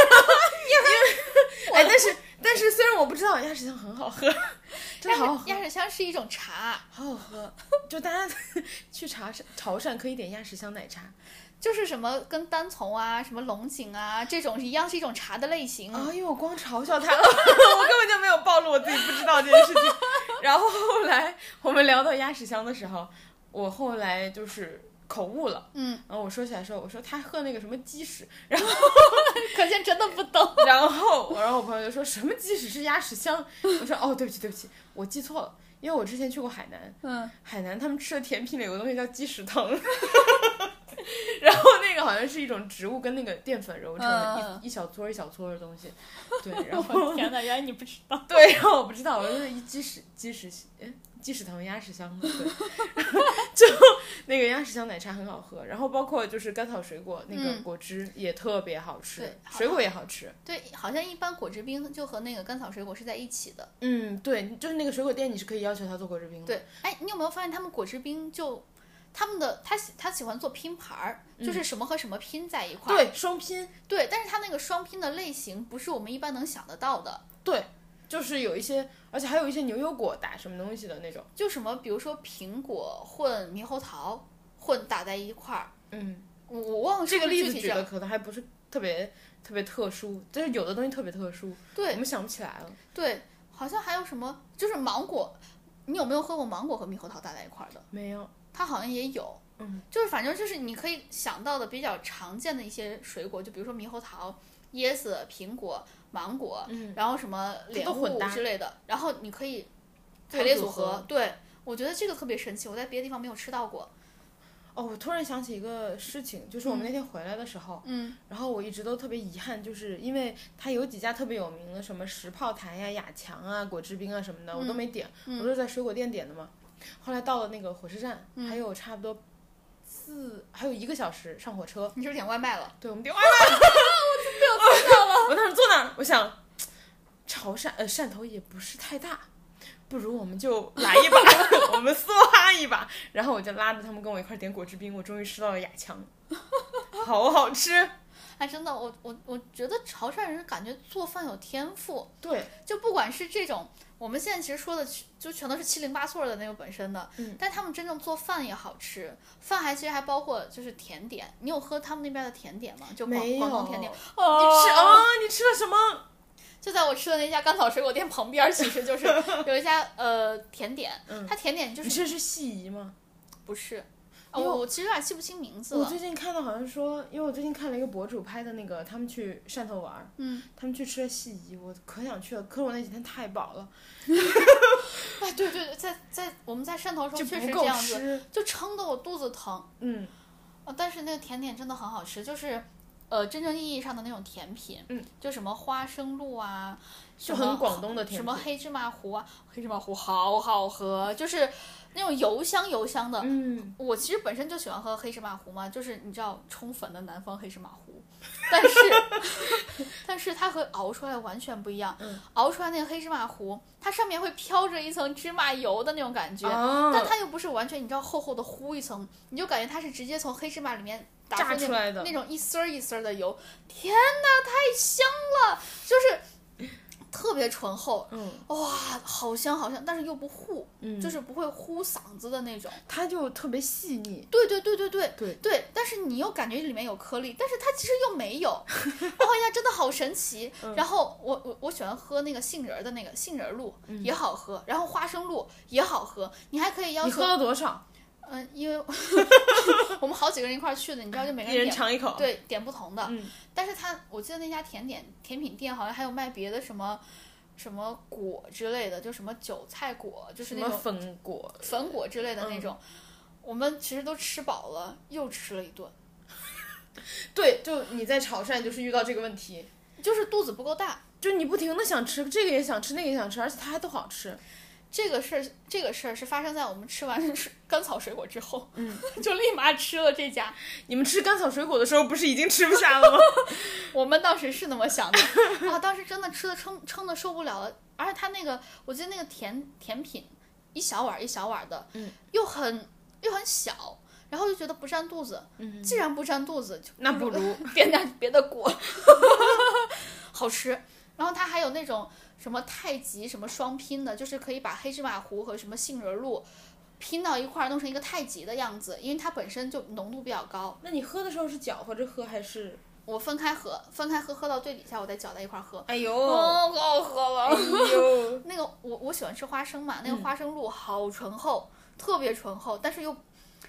A: 我
B: 哎，但是但是虽然我不知道鸭屎香很好喝，真的好好
A: 鸭屎，
B: 喝
A: 鸭屎香是一种茶，
B: 好好喝。就大家 去茶山潮汕可以点鸭屎香奶茶。
A: 就是什么跟单丛啊、什么龙井啊这种一样，是一种茶的类型。
B: 啊，因为我光嘲笑 他了，我根本就没有暴露我自己不知道这件事情。 然后后来我们聊到鸭屎香的时候，我后来就是口误了。
A: 嗯，
B: 然后我说起来说，我说他喝那个什么鸡屎，
A: 可见真的不 懂。
B: 然后我，然后我朋友就说什么鸡屎是鸭屎香，我说哦，对不起对不起，我记错了，因为我之前去过海南，
A: 嗯，
B: 海南他们吃的甜品里有个东西叫鸡屎藤， 然后那个好像是一种植物跟那个淀粉揉成的、
A: 嗯嗯
B: 一一小撮儿一小撮儿的东西， 对，然后
A: 我天哪，原来你不知道。
B: 对，然后我不知道，我就是一鸡屎鸡屎哎鸡屎藤鸭屎香的，对， 就那个鸭屎香奶茶很好喝，然后包括就是甘草水果那个
A: 嗯
B: 果汁也特别好吃，
A: 对好
B: 水果也好吃。
A: 对，好像一般果汁冰就和那个甘草水果是在一起的。
B: 嗯，对，就是那个水果店，你是可以要求他做果汁冰的。，
A: 对，哎，你有没有发现他们果汁冰就他们的他喜他喜欢做拼盘儿，
B: 嗯
A: 就是什么和什么拼在一块儿。
B: 对，双拼，
A: 对，但是他那个双拼的类型不是我们一般能想得到的。
B: 对，就是有一些，而且还有一些牛油果打什么东西的那种。
A: 哦就什么，比如说苹果混猕猴桃混打在一块儿，
B: 嗯，
A: 我我忘了
B: 这个
A: 是不是
B: 例
A: 具
B: 子
A: 体
B: 举
A: 叫
B: 的可能还不是特别特别特殊，但是有的东西特别特殊，我
A: 对
B: 们想不起来了。
A: 对，好像还有什么就是芒果，你有没有喝过芒果和猕猴桃搭在一块儿的？
B: 没有，
A: 它好像也有，
B: 嗯，
A: 就是反正就是你可以想到的比较常见的一些水果，就比如说猕猴桃、椰子、苹果、芒果，
B: 嗯，
A: 然后什么莲
B: 都混
A: 雾
B: 搭
A: 之类的，然后你可以
B: 做
A: 排列
B: 组
A: 组合
B: 合。
A: 对，我觉得这个特别神奇，我在别的地方没有吃到过。
B: 哦，我突然想起一个事情，就是我们那天回来的时候，
A: 嗯
B: 然后我一直都特别遗憾，就是因为它有几家特别有名的，什么石炮台呀、雅强啊、果汁冰啊什么的，我都
A: 嗯
B: 没点，我都是在水果店点的嘛。后来到了那个火车站，
A: 嗯
B: 还有差不多四还有一个小时上火车，
A: 你是不是点外卖了？
B: 对我们点外 卖，我都没有做到了。我当时坐那儿，我想，潮汕呃汕头也不是太大，不如我们就来一把， 我们梭哈一把。然后我就拉着他们跟我一块儿点果汁冰，我终于吃到了雅 强，好好吃。
A: 哎，真的，我我我觉得潮汕人感觉做饭有天赋，
B: 对，
A: 就不管是这种我们现在其实说的，就全都是七零八碎儿的那个本身的，
B: 嗯
A: 但他们真正做饭也好吃，饭还其实还包括就是甜点。你有喝他们那边的甜点吗？就广
B: 没有
A: 广东甜点，
B: 你
A: 哦
B: 吃啊、你吃了什么？
A: 就在我吃的那家甘草水果店旁边儿，其实 就是有一家呃甜点，
B: 嗯
A: 它甜点就
B: 你
A: 是
B: 吃的是细怡吗？
A: 不是，
B: 因
A: 哦、
B: 为
A: 我我其实有点记不清名字
B: 我
A: 了
B: 最。近看到好像说，因为我最近看了一个博主拍的那个，他们去汕头玩儿，
A: 嗯，
B: 他们去吃了细怡，我可想去了，可是我那几天太饱了，
A: 哎，对对对，在在我们在汕头的时候
B: 就
A: 哦确
B: 不
A: 实
B: 够
A: 这样子，
B: 吃。
A: 就撑得我肚子疼。
B: 嗯，
A: 呃，但是那个甜点真的很好吃，就是。呃，真正意义上的那种甜品，
B: 嗯，
A: 就什么花生露啊，
B: 就
A: 什么
B: 很广东的甜
A: 什么
B: 品
A: 黑芝麻糊啊，黑芝麻糊好好喝，就是那种油香油香的。
B: 嗯，
A: 我其实本身就喜欢喝黑芝麻糊嘛，就是你知道冲粉的南方黑芝麻糊，但是但是 它和熬出来完全不一样。
B: 嗯
A: 熬出来那个黑芝麻糊，它上面会飘着一层芝麻油的那种感觉，
B: 哦
A: 但它又不是完全你知道厚厚的糊一层，你就感觉它是直接从黑芝麻里面打
B: 炸
A: 出
B: 出来的
A: 那种一丝儿一丝儿的油。天哪，太香了，就是特别醇厚，
B: 嗯
A: 哇，好香好香，但是又不糊，
B: 嗯，
A: 就是不会糊嗓子的那种。
B: 它就特别细腻。
A: 对对对对对
B: 对
A: 对，但是你又感觉里面有颗粒，但是它其实又没 有，哇呀，真的好神奇。
B: 嗯
A: 然后我我我喜欢喝那个杏仁儿的那个杏仁儿露、
B: 嗯
A: 也好喝，然后花生露也好喝，你还可以要
B: 你
A: 求
B: 喝，了多少？
A: 嗯、因 为我们好几个人一块儿去的，你知道，就每个
B: 一人
A: 点
B: 尝一口。
A: 对点不同的。
B: 嗯
A: 但是它，我记得那家甜点甜品店好像还有卖别的什么什么果之类的，就什么韭菜果，就是
B: 什
A: 那
B: 么
A: 种
B: 粉果？
A: 粉果之类的
B: 嗯
A: 那种。我们其实都吃饱了，又吃了一顿，
B: 对，就你在潮汕就是遇到这个问题，
A: 就是肚子不够大。
B: 就你不停的想吃这个也想吃那个也想吃，而且它还都好吃。
A: 这个事儿，这个事儿是发生在我们吃完水甘草水果之后，
B: 嗯，
A: 就立马吃了这家。
B: 你们吃甘草水果的时候不是已经吃不下了吗？
A: 我们当时是那么想的啊，当时真的吃的撑撑的受不了了，而且它那个，我记得那个甜甜品一小碗儿一小碗儿的，
B: 嗯，
A: 又很又很小，然后就觉得不占肚子，
B: 嗯，
A: 既然不占肚子，就
B: 那不如
A: 点点别的果，好吃。然后它还有那种什么太极什么双拼的，就是可以把黑芝麻糊和什么杏仁露拼到一块儿，弄成一个太极的样子，因为它本身就浓度比较高。
B: 那你喝的时候是搅和着喝还是？
A: 我分开喝，分开喝，喝到最底下，我再搅在一块儿喝。
B: 哎呦，
A: 哦，可好喝
B: 哎
A: 了。
B: 呦，
A: 那个我我喜欢吃花生嘛，
B: 嗯
A: 那个花生露好醇厚，特别醇厚，但是又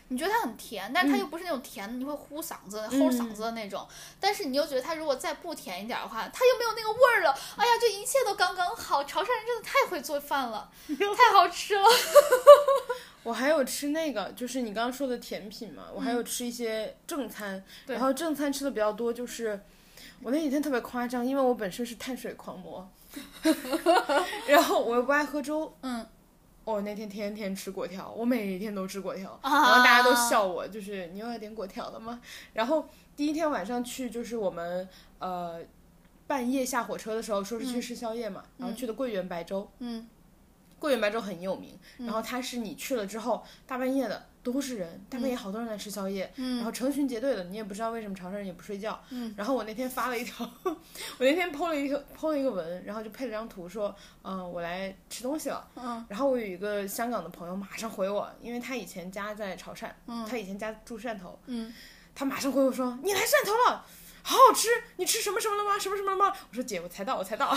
A: 你觉得它很甜，但是
B: 嗯
A: 它又不是那种甜、你会呼嗓子、齁嗓子的那种，但是你又觉得它如果再不甜一点的话，它又没有那个味儿了。哎呀，这一切都刚刚好，潮汕人真的太会做饭 了，太好吃了。
B: 我还有吃那个，就是你刚刚说的甜品嘛，我还有吃一些正餐，
A: 嗯对
B: 然后正餐吃的比较多，就是我那几天特别夸张，因为我本身是碳水狂 魔，然后我又不爱喝粥，
A: 嗯，
B: 我那天天天吃果条，我每天都吃果条，
A: 啊
B: 然后大家都笑我，就是你又要点果条了吗？然后第一天晚上去，就是我们呃半夜下火车的时候，说是去吃宵夜嘛，然后去的桂圆白粥，
A: 嗯，
B: 桂圆白粥很有名，然后它是你去了之后，大半夜的都是人，大半夜好多人来吃宵夜，
A: 嗯
B: 然后成群结队的，你也不知道为什么潮汕人也不睡觉，然后我那天发了一条， 我那天 PO 了一条 PO 了一个文，然后就配了张图说，嗯、我来吃东西了，
A: 嗯，
B: 然后我有一个香港的朋友马上回我，因为他以前家在潮汕，他以前家住汕头，
A: 嗯，
B: 他马上回我说：“你来汕头了，好好吃，你吃什么什么了吗？什么什么了吗？”我说：“姐，我才到，我 才到。”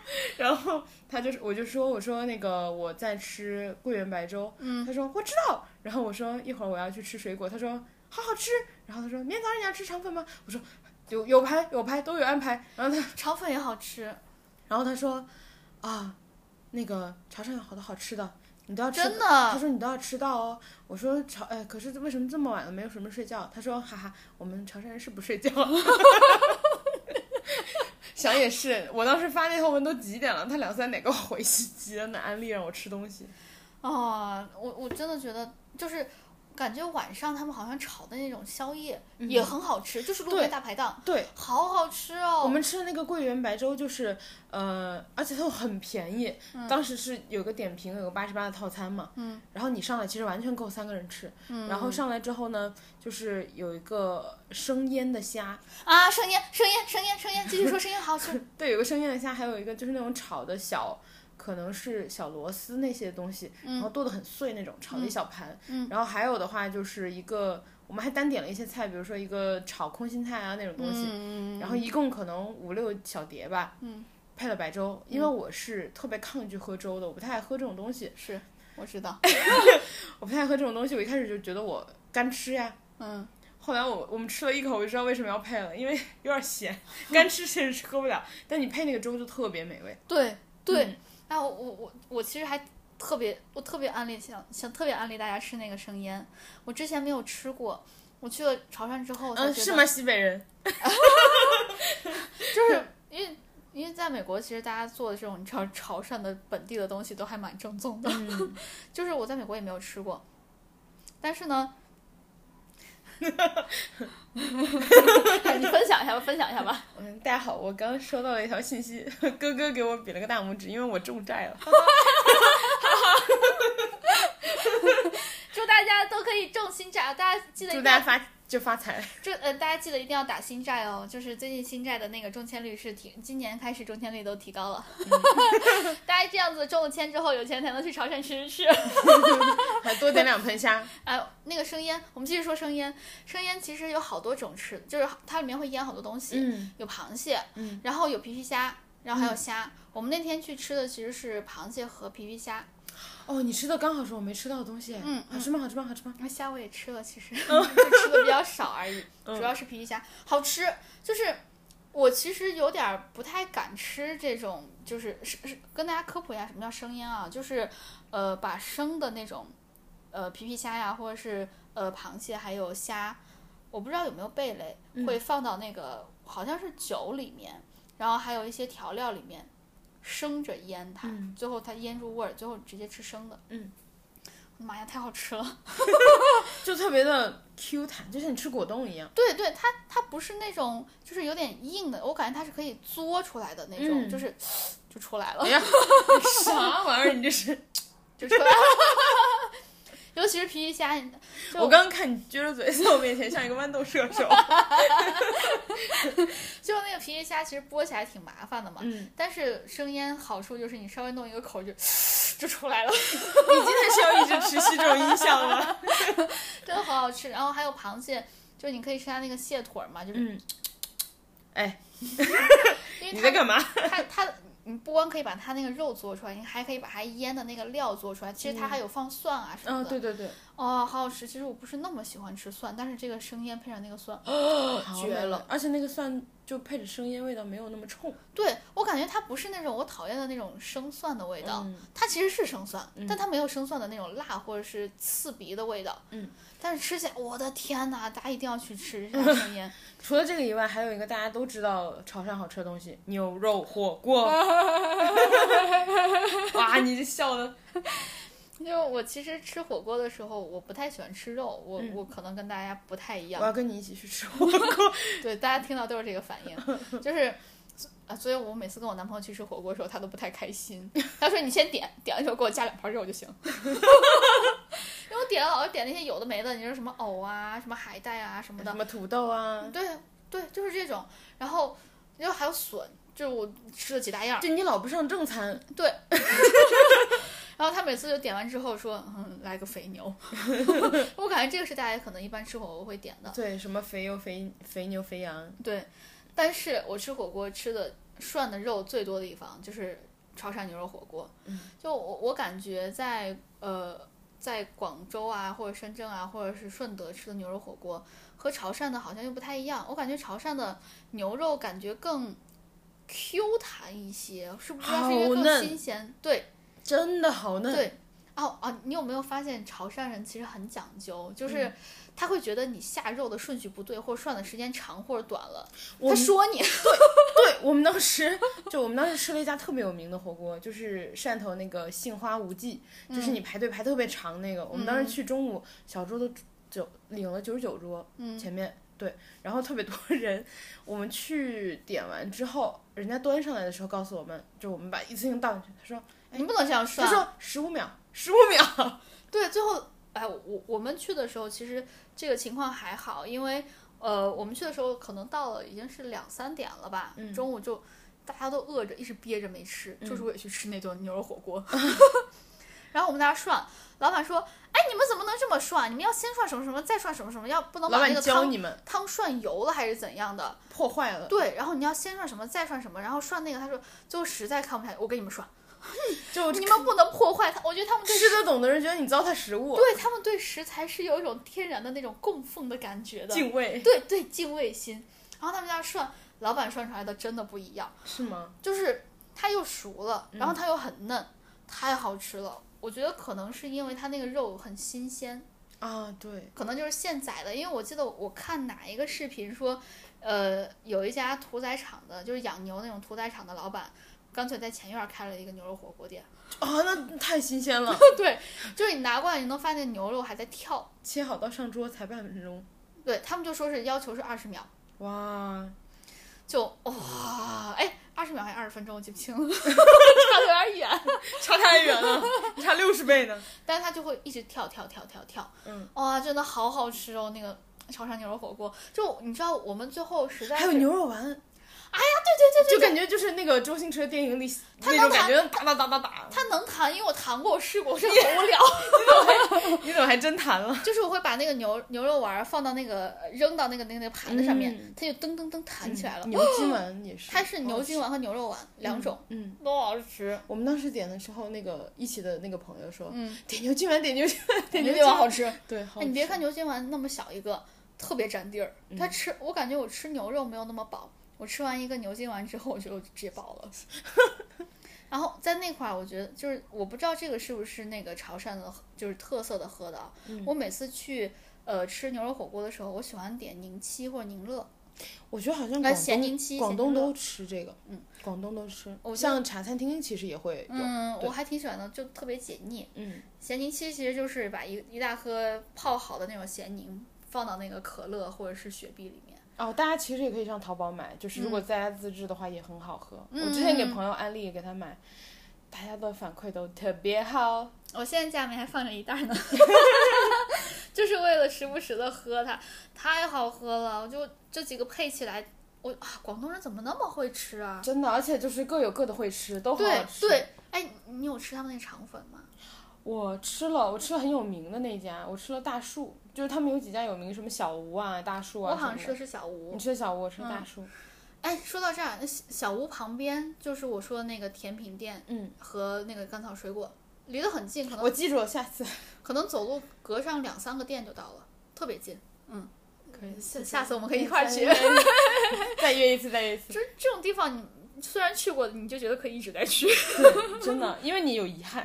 B: 然后他就是，我就说：“我说那个我在吃桂圆白粥。”嗯，他说：“我知道。”然后我说：“一会儿我要去吃水果。”他说：“好好吃。”然后他说：“明天早上你要吃肠粉吗？”我说：“有有排有排都有安排。”然后他
A: 肠粉也好吃，
B: 然后他说：“啊，那个潮汕有好多好吃的，你都要吃
A: 真
B: 他
A: 的。
B: 说你都要迟到哦。我说潮，哎，可是为什么这么晚了没有什么睡觉？他说哈哈，我们潮汕人是不睡觉。 想也是，我当时发那条文都几点了？他两三点给我回信息，那安利让我吃东西。
A: 啊，我我真的觉得就是。感觉晚上他们好像炒的那种宵夜也很好吃，就是路
B: 嗯对
A: 边大排档，
B: 对，
A: 好好吃
B: 我
A: 哦。
B: 们吃的那个桂圆白粥就是，呃，而且它又很便宜。当时是有个点评，有个八十八的套餐嘛。嗯。然后你上来其实完全够三个人吃。嗯。然后上来之后呢，就是有一个生腌的虾，
A: 啊，生腌，生腌，生腌，生腌，继续说生腌好 好吃。
B: 对，有个生腌的虾，还有一个就是那种炒的小，可能是小螺丝那些东西，然后剁得很碎那种，炒了一小盘。然后还有的话就是一个，我们还单点了一些菜，比如说一个炒空心菜啊那种东西，然后一共可能五六小碟吧。
A: 嗯
B: 配了白粥，因为我是特别抗拒喝粥的，我不太爱喝这种东西，
A: 是，我知道。
B: 我不太爱喝这种东西。我一开始就觉得我干吃呀，
A: 嗯，
B: 后来我我们吃了一口，我就知道为什么要配了，因为有点咸， 干吃其实是喝不了，但你配那个粥就特别美味。
A: 对对。哎、我我我我其实还特别，我特别安利想想特别安利大家吃那个生腌，我之前没有吃过。哦我去了潮汕之后，才
B: 嗯，
A: 觉
B: 是
A: 得
B: 吗？西北人？
A: 就是因为因为在美国，其实大家做的这种你知道潮汕的本地的东西都还蛮正宗的， 就是我在美国也没有吃过，但是呢。 你分享一下吧，分享一下吧。
B: 嗯，大家好，我刚收到了一条信息，哥哥给我比了个大拇指，因为我中债了。
A: 祝大家都可以中新债，大家记得一
B: 祝
A: 定
B: 大
A: 要
B: 家发就 发财。
A: 这呃，大家记得一定要打新债哦，就是最近新债的那个中签率是提，今年开始中签率都提高了。
B: 嗯
A: 大家这样子中了签之后，有钱才能去潮汕吃 吃。
B: 还多点两盆虾。
A: 哎，那个生腌，我们继续说生腌。生腌其实有好多种吃，就是它里面会腌好多东西，
B: 嗯
A: 有螃蟹，
B: 嗯
A: 然后有皮皮虾，然后还有虾。我们那天去吃的其实是螃蟹和皮皮虾，
B: 哦，你吃的刚好是我没吃到的东西。
A: 嗯
B: 好吃吗？好吃吗？好吃吗？
A: 那虾我也吃了， 其实就吃的比较少而已，
B: 嗯
A: 主要是皮皮虾好吃。就是我其实有点儿不太敢吃这种，就是是是跟大家科普一下什么叫生腌啊，就是呃把生的那种呃皮皮虾呀，或者是呃螃蟹还有虾，我不知道有没有贝类，
B: 嗯
A: 会放到那个好像是酒里面，然后还有一些调料里面生着腌它，
B: 嗯
A: 最后它腌入味儿，最后直接吃生的。
B: 嗯。
A: 妈呀，太好吃了！
B: 就特别的 Q 弹，就像你吃果冻一 样。
A: 对对，它它不是那种就是有点硬的，我感觉它是可以嘬出来的那种，
B: 嗯
A: 就是就出来了，
B: 哎呀，啥玩意儿？你这是？
A: 就出来了。尤其是皮皮虾， 就
B: 我刚刚看你撅着嘴在我面前，像一个豌豆 射手。
A: 就那个皮皮虾，其实剥起来挺麻烦的嘛。
B: 嗯，
A: 但是生腌好处就是你稍微弄一个口就就出来了，
B: 你今天是要一直持续这种音效吗？
A: 真的好好吃。然后还有螃蟹，就是你可以吃它那个蟹腿儿嘛，就是
B: 嗯。哎，
A: 因
B: 你
A: 为
B: 在
A: 它
B: 干嘛？
A: 它它，你不光可以把它那个肉做出来，你还可以把它腌的那个料做出来。其实它还有放蒜啊什么
B: 嗯，
A: 的。
B: 对对对，
A: 哦，好好吃。其实我不是那么喜欢吃蒜，但是这个生腌配上那个蒜，
B: 好
A: 绝
B: 美
A: 了！
B: 而且那个蒜就配着生腌，味道没有那么冲。
A: 对我感觉它不是那种我讨厌的那种生蒜的味道，
B: 嗯
A: 它其实是生蒜，
B: 嗯
A: 但它没有生蒜的那种辣或者是刺鼻的味道。
B: 嗯，
A: 但是吃起来，我的天呐，大家一定要去吃 一下生腌。
B: 除了这个以外，还有一个大家都知道潮汕好吃的东西——牛肉火 锅。哇，你这笑 的，
A: 就是我其实吃火锅的时候，我不太喜欢吃肉，我、
B: 嗯
A: 我可能跟大家不太一
B: 我
A: 样。
B: 要跟你一起去吃火锅。
A: 对，大家听到都是这个反应，就是啊，所以我每次跟我男朋友去吃火锅的时候，他都不太开心。他说：“你先点点的时候给我加两盘肉就行。” 因为我点了老是点那些有的没的，你说什么藕啊、什么海带啊什么
B: 什
A: 的，
B: 么土豆啊？
A: 对对，就是这种。然后然后还有笋，就是我吃了几大样儿。
B: 就你老不上正餐，
A: 对，然后他每次就点完之后说，嗯，来个肥牛。 我感觉这个是大家可能一般吃火锅会点的。
B: 对，什么肥油、肥肥牛、肥羊，
A: 对，但是我吃火锅吃的涮的肉最多的一方就是潮汕牛肉火锅。
B: 嗯
A: 就我我感觉在呃在广州啊，或者深圳啊，或者是顺德吃的牛肉火锅和潮汕的好像又不太一样。我感觉潮汕的牛肉感觉更 Q 弹一些，是不是？是因
B: 好
A: 为更
B: 嫩
A: 新鲜？对
B: 真的好嫩。
A: 对。哦啊，你有没有发现潮汕人其实很讲究，
B: 嗯
A: 就是他会觉得你下肉的顺序不对，或者涮的时间长或者短了，
B: 我
A: 他说你。
B: 对我们当时 就我们当时吃了一家特别有名的火锅，就是汕头那个杏花无忌，就是你排队排特别长那个。我们当时去中午小桌都九领了九十九桌，
A: 嗯
B: 前面对，然后特别多人。我们去点完之后，人家端上来的时候告诉我们，就我们把一次性倒进去。他说
A: 你不能这样
B: 他
A: 涮。
B: 说十五秒，十五秒。
A: 对，最后哎，我我们去的时候，其实这个情况还好，因为呃，我们去的时候可能到了已经是两三点了吧，
B: 嗯
A: 中午就大家都饿着，一直憋着没吃，就是我也去吃那顿牛肉火 锅。 然后我们在那涮，老板说：“哎，你们怎么能这么涮？你们要先涮什么什么，再涮什么什么，要不能
B: 老
A: 把那
B: 板
A: 个
B: 教
A: 汤
B: 你们
A: 汤涮油了还是怎样的？”
B: 破坏了，
A: 对，然后你要先涮什么，再涮什么，然后涮那个，他说最后实在看不下去，我给你们涮，
B: 就
A: 你们不能破坏它。我觉得他们对
B: 吃得懂的人觉得你糟蹋食物，
A: 对他们对食材是有一种天然的那种供奉的感觉的，
B: 敬畏
A: 对对敬畏心。然后他们家涮，老板涮出来的真的不一样，
B: 是吗？
A: 就是它又熟了，然后它又很嫩，太好吃了。我觉得可能是因为它那个肉很新鲜，
B: 啊，对，
A: 可能就是现宰的。因为我记得我看哪一个视频说，呃，有一家屠宰场的，就是养牛那种屠宰场的老板，干脆在前院儿开了一个牛肉火锅店。
B: 啊，那太新鲜了。
A: 对，就是你拿过来，你能发现牛肉还在跳，
B: 切好到上桌才半分钟，
A: 对他们就说是要求是二十秒，
B: 哇！
A: 就哇，哎，二十秒还是二十分钟，我记不清了， 差的有点远。
B: 差太远了，差六十倍呢。
A: 但是它就会一直跳跳跳跳跳，
B: 嗯，
A: 哇，真的好好吃哦，那个潮汕牛肉火锅。就你知道，我们最后实在
B: 还有
A: 是
B: 牛肉丸，哎呀，对对对就感觉就是那个周星驰的电影里
A: 他
B: 那种
A: 能
B: 感觉，打打打打打。
A: 它能弹，因为我弹过，我试过，我 真的好无聊。
B: 你怎么还真弹了？
A: 就是我会把那个牛牛肉丸儿放到那个扔到那个那个那个盘子上面，
B: 嗯
A: 它就噔噔噔弹起来了。
B: 牛筋丸也是，哦
A: 它是牛筋丸和牛肉丸两种，
B: 嗯。
A: 都好吃。
B: 我们当时点的时候，那个一起的那个朋友说，
A: 嗯，
B: 点牛筋丸，点牛筋丸，点
A: 牛筋
B: 牛筋
A: 丸
B: 丸
A: 好。吃。
B: 对，好
A: 哎，
B: 吃。
A: 你别看牛筋丸那么小一个，特别占地儿。它
B: 嗯
A: 吃，我感觉我吃牛肉没有那么饱。我吃完一个牛筋丸之后，我就直接饱了。 然后在那块儿，我觉得就是我不知道这个是不是那个潮汕的，就是特色的喝的啊。
B: 嗯
A: 我每次去呃吃牛肉火锅的时候，我喜欢点宁七或者宁乐。
B: 我觉得好像
A: 来
B: 广
A: 咸
B: 东
A: 宁七
B: 广
A: 咸
B: 东
A: 宁乐
B: 都吃这个，
A: 嗯，
B: 广东都吃。
A: 我觉得
B: 像茶餐厅其实也会有，
A: 嗯，
B: 对
A: 我还挺喜欢的，就特别解腻。
B: 嗯，
A: 咸宁七其实就是把一一大颗泡好的那种咸宁放到那个可乐或者是雪碧里面。
B: 哦，大家其实也可以上淘宝买，就是如果在家自制的话也很好喝。
A: 嗯
B: 我之前给朋友安利，给他买，大家的反馈都特别好。
A: 我现在家里面还放着一袋呢， 就是为了时不时的喝它，太好喝了。我就这几个配起来，我啊，广东人怎么那么会吃啊？
B: 真的，而且就是各有各的会吃，都好
A: 对
B: 好吃。
A: 对，哎，你有吃他们那个肠粉吗？
B: 我吃了，我吃了很有名的那家，我吃了大树，就是他们有几家有名，什么小吴啊、大树啊
A: 我
B: 什么的。
A: 好像
B: 嗯
A: 吃的是小吴
B: 你。吃的小吴，我吃的大树。
A: 哎，说到这儿，那小小吴旁边就是我说的那个甜品店
B: 嗯，
A: 和那个甘草水果，离得很近，可能
B: 我记住了，下次
A: 可能走路隔上两三个店就到了，特别近。
B: 可以
A: 下下次我们可以一块儿去。
B: 再约再 约一次，再约一次。
A: 就是这种地方你，虽然去过，你就觉得可以一直在去。
B: 对，真的，因为你有遗憾，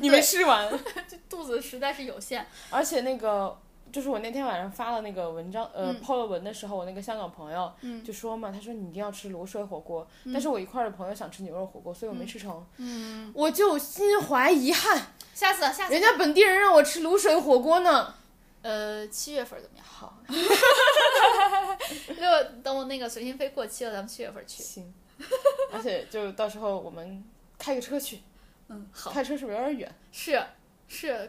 B: 你
A: 嗯
B: 没
A: 对
B: 吃完。
A: 肚子实在是有限。
B: 而且那个就是我那天晚上发了那个文章，呃，
A: 嗯
B: 抛了文的时候，我那个香港朋友
A: 嗯
B: 就说嘛，他说你一定要吃卤水火锅，但是我一块儿的朋友想吃牛肉火锅，所以我没吃成，
A: 嗯，
B: 我就心怀遗憾，
A: 下次啊下次
B: 人家本地人让我吃卤水火锅呢。
A: 呃七月份怎么样？
B: 好，
A: 那等我那个随心飞过期了，咱们七月份去。
B: 行，而且就到时候我们开个车去，
A: 嗯，好，
B: 开车是不是有点远？
A: 是是，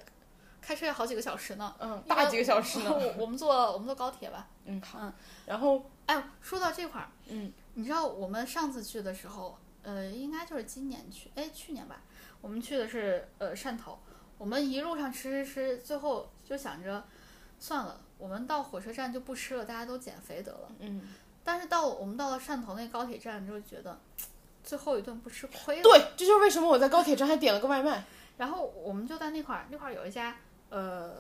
A: 开车要好几个小时呢，
B: 嗯，
A: 一般
B: 大几个小时 呢。
A: 我我们坐我们坐高铁吧。
B: 嗯，好
A: 嗯。
B: 然后
A: 哎，说到这块儿，
B: 嗯，
A: 你知道我们上次去的时候，呃，应该就是今年去，哎，去年吧，我们去的是呃汕头，我们一路上吃吃吃，最后就想着算了，我们到火车站就不吃了，大家都减肥得了。
B: 嗯，
A: 但是到我们到了汕头那高铁站之后，觉得最后一顿不吃亏了。
B: 对，这就是为什么我在高铁站还点了个外卖。
A: 然后我们就在那块儿，那块儿有一家呃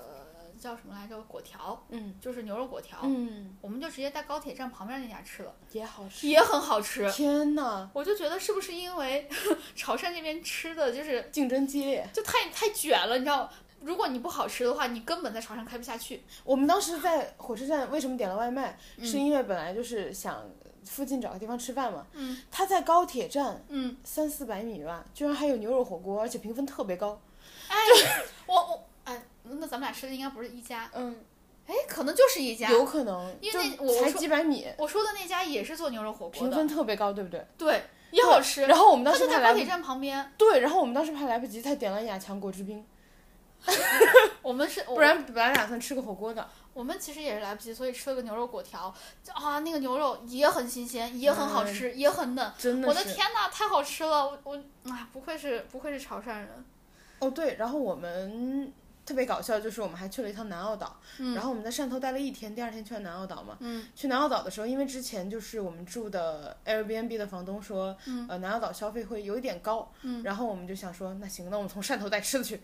A: 叫什么来着，果条，
B: 嗯
A: 就是牛肉果条，
B: 嗯，
A: 我们就直接在高铁站旁边那家吃了，
B: 也好吃。
A: 也很好吃。
B: 天呐，
A: 我就觉得是不是因为 潮汕那边吃的就是
B: 竞争激烈。
A: 就太太卷了，你知道，如果你不好吃的话，你根本在潮汕开不下去。
B: 我们当时在火车站为什么点了外卖？
A: 嗯
B: 是因为本来就是想附近找个地方吃饭嘛。
A: 嗯
B: 他在高铁站
A: 嗯，
B: 三四百米吧，居然还有牛肉火锅，而且评分特别高。
A: 我我哎，那咱们俩吃的应该不是一家，
B: 嗯，
A: 哎，可能就是一家。
B: 有可能，
A: 因为那
B: 就
A: 我我
B: 才
A: 说
B: 几百米，
A: 我说的那家也是做牛肉火锅
B: 评
A: 的，
B: 分特别高，对不对？
A: 对，也好吃。
B: 然后我们当
A: 它
B: 时
A: 就
B: 还
A: 在
B: 来
A: 高
B: 不
A: 铁站旁 边，
B: 对，然后我们当时还来不及，才点了雅强果汁冰，
A: 我们是
B: 不
A: 不
B: 然本来打算吃个火锅的。
A: 我们其实也是来不及，所以吃了个牛肉果条，就啊，那个牛肉也很新鲜，也很好吃，也很嫩。
B: 嗯真的
A: 我的
B: 是
A: 天呐，太好吃了！我我啊，不愧是不愧是潮汕人。
B: 哦对，然后我们特别搞笑，就是我们还去了一趟南澳岛，
A: 嗯
B: 然后我们在汕头待了一天，第二天去了南澳岛嘛。
A: 嗯
B: 去南澳岛的时候，因为之前就是我们住的 Airbnb 的房东说，
A: 嗯
B: 呃，南澳岛消费会有一点高，
A: 嗯
B: 然后我们就想说，那行，那我们从汕头带吃的 去。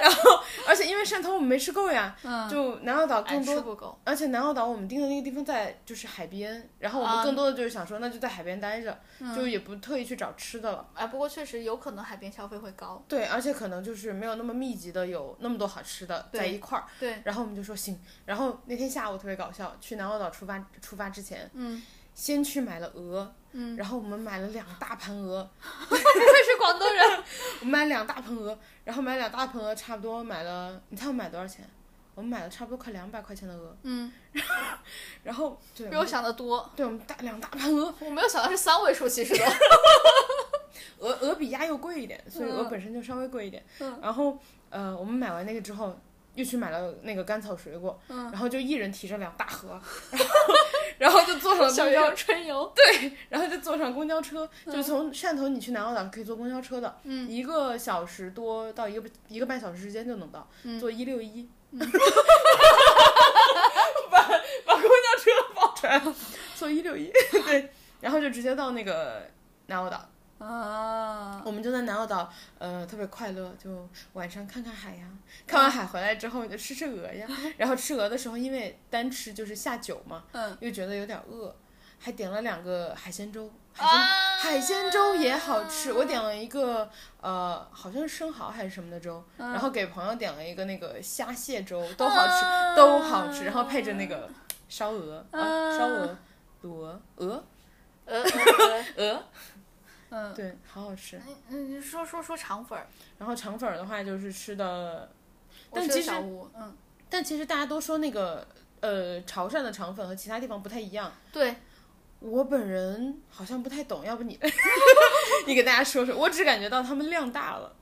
B: 然后，而且因为汕头我们没吃够呀，
A: 嗯，
B: 就南澳岛
A: 爱
B: 更多
A: 吃不够。
B: 而且南澳岛我们订的那个地方在就是海边，然后我们
A: 啊
B: 更多的就是想说，那就在海边待着，
A: 嗯
B: 就也不特意去找吃的了。
A: 哎，不过确实有可能海边消费会高。
B: 对，而且可能就是没有那么密集的有那么多好吃的
A: 对哎
B: 在一块儿。
A: 对，
B: 然后我们就说行，然后那天下午特别搞笑，去南澳岛出发出发之前，
A: 嗯
B: 先去买了鹅，
A: 嗯，
B: 然后我们买了两大盘鹅，
A: 不愧是广东人。
B: 我们买两大盆鹅，然后买两大盆鹅，差不多买了，你猜我买多少钱？我们买了差不多快两百块钱的鹅，
A: 嗯，
B: 然后 对，
A: 比我想的多，
B: 对我们大两大盘鹅，
A: 我没有想到是三位数，其实都。
B: 鹅鹅比鸭又贵一点，所以鹅
A: 嗯
B: 本身就稍微贵一点。
A: 嗯
B: 然后呃，我们买完那个之后，又去买了那个甘草水果，
A: 嗯，
B: 然后就一人提着两大盒，然后 然后就坐上了
A: 小
B: 公
A: 鱼
B: 交，
A: 儿春游。
B: 然后就坐上公交车，就从汕头你去南澳岛是可以坐公交车的，
A: 嗯
B: 一个小时多到一个一个半小时之间就能到，
A: 嗯
B: 坐一六一， 把把公交车抱出来了，坐一六一， 对，然后就直接到那个南澳岛，
A: 啊，
B: 我们就在南澳岛，呃，特别快乐，就晚上看看海呀，
A: 嗯
B: 看完海回来之后就吃吃鹅呀，然后吃鹅的时候因为单吃就是下酒嘛，
A: 嗯
B: 又觉得有点饿，还点了两个海鲜粥，海鲜
A: 啊，
B: 海鲜粥也好吃，我点了一个呃，好像是生蚝还是什么的粥，
A: 嗯
B: 然后给朋友点了一个那个虾蟹粥，都好吃，
A: 啊
B: 都好吃，然后配着那个烧鹅，啊，
A: 啊
B: 烧鹅，鹅鹅
A: 呃。呃
B: 鹅，
A: 嗯
B: 对，好好吃。
A: 嗯嗯，说说说肠粉儿，
B: 然后肠粉儿的话就是吃的，
A: 我
B: 但
A: 吃
B: 其
A: 的
B: 实
A: 小吴，嗯，
B: 但其实大家都说那个呃潮汕的肠粉和其他地方不太一样，
A: 对，
B: 我本人好像不太懂，要 不你你给大家说说，我只感觉到他们量大了，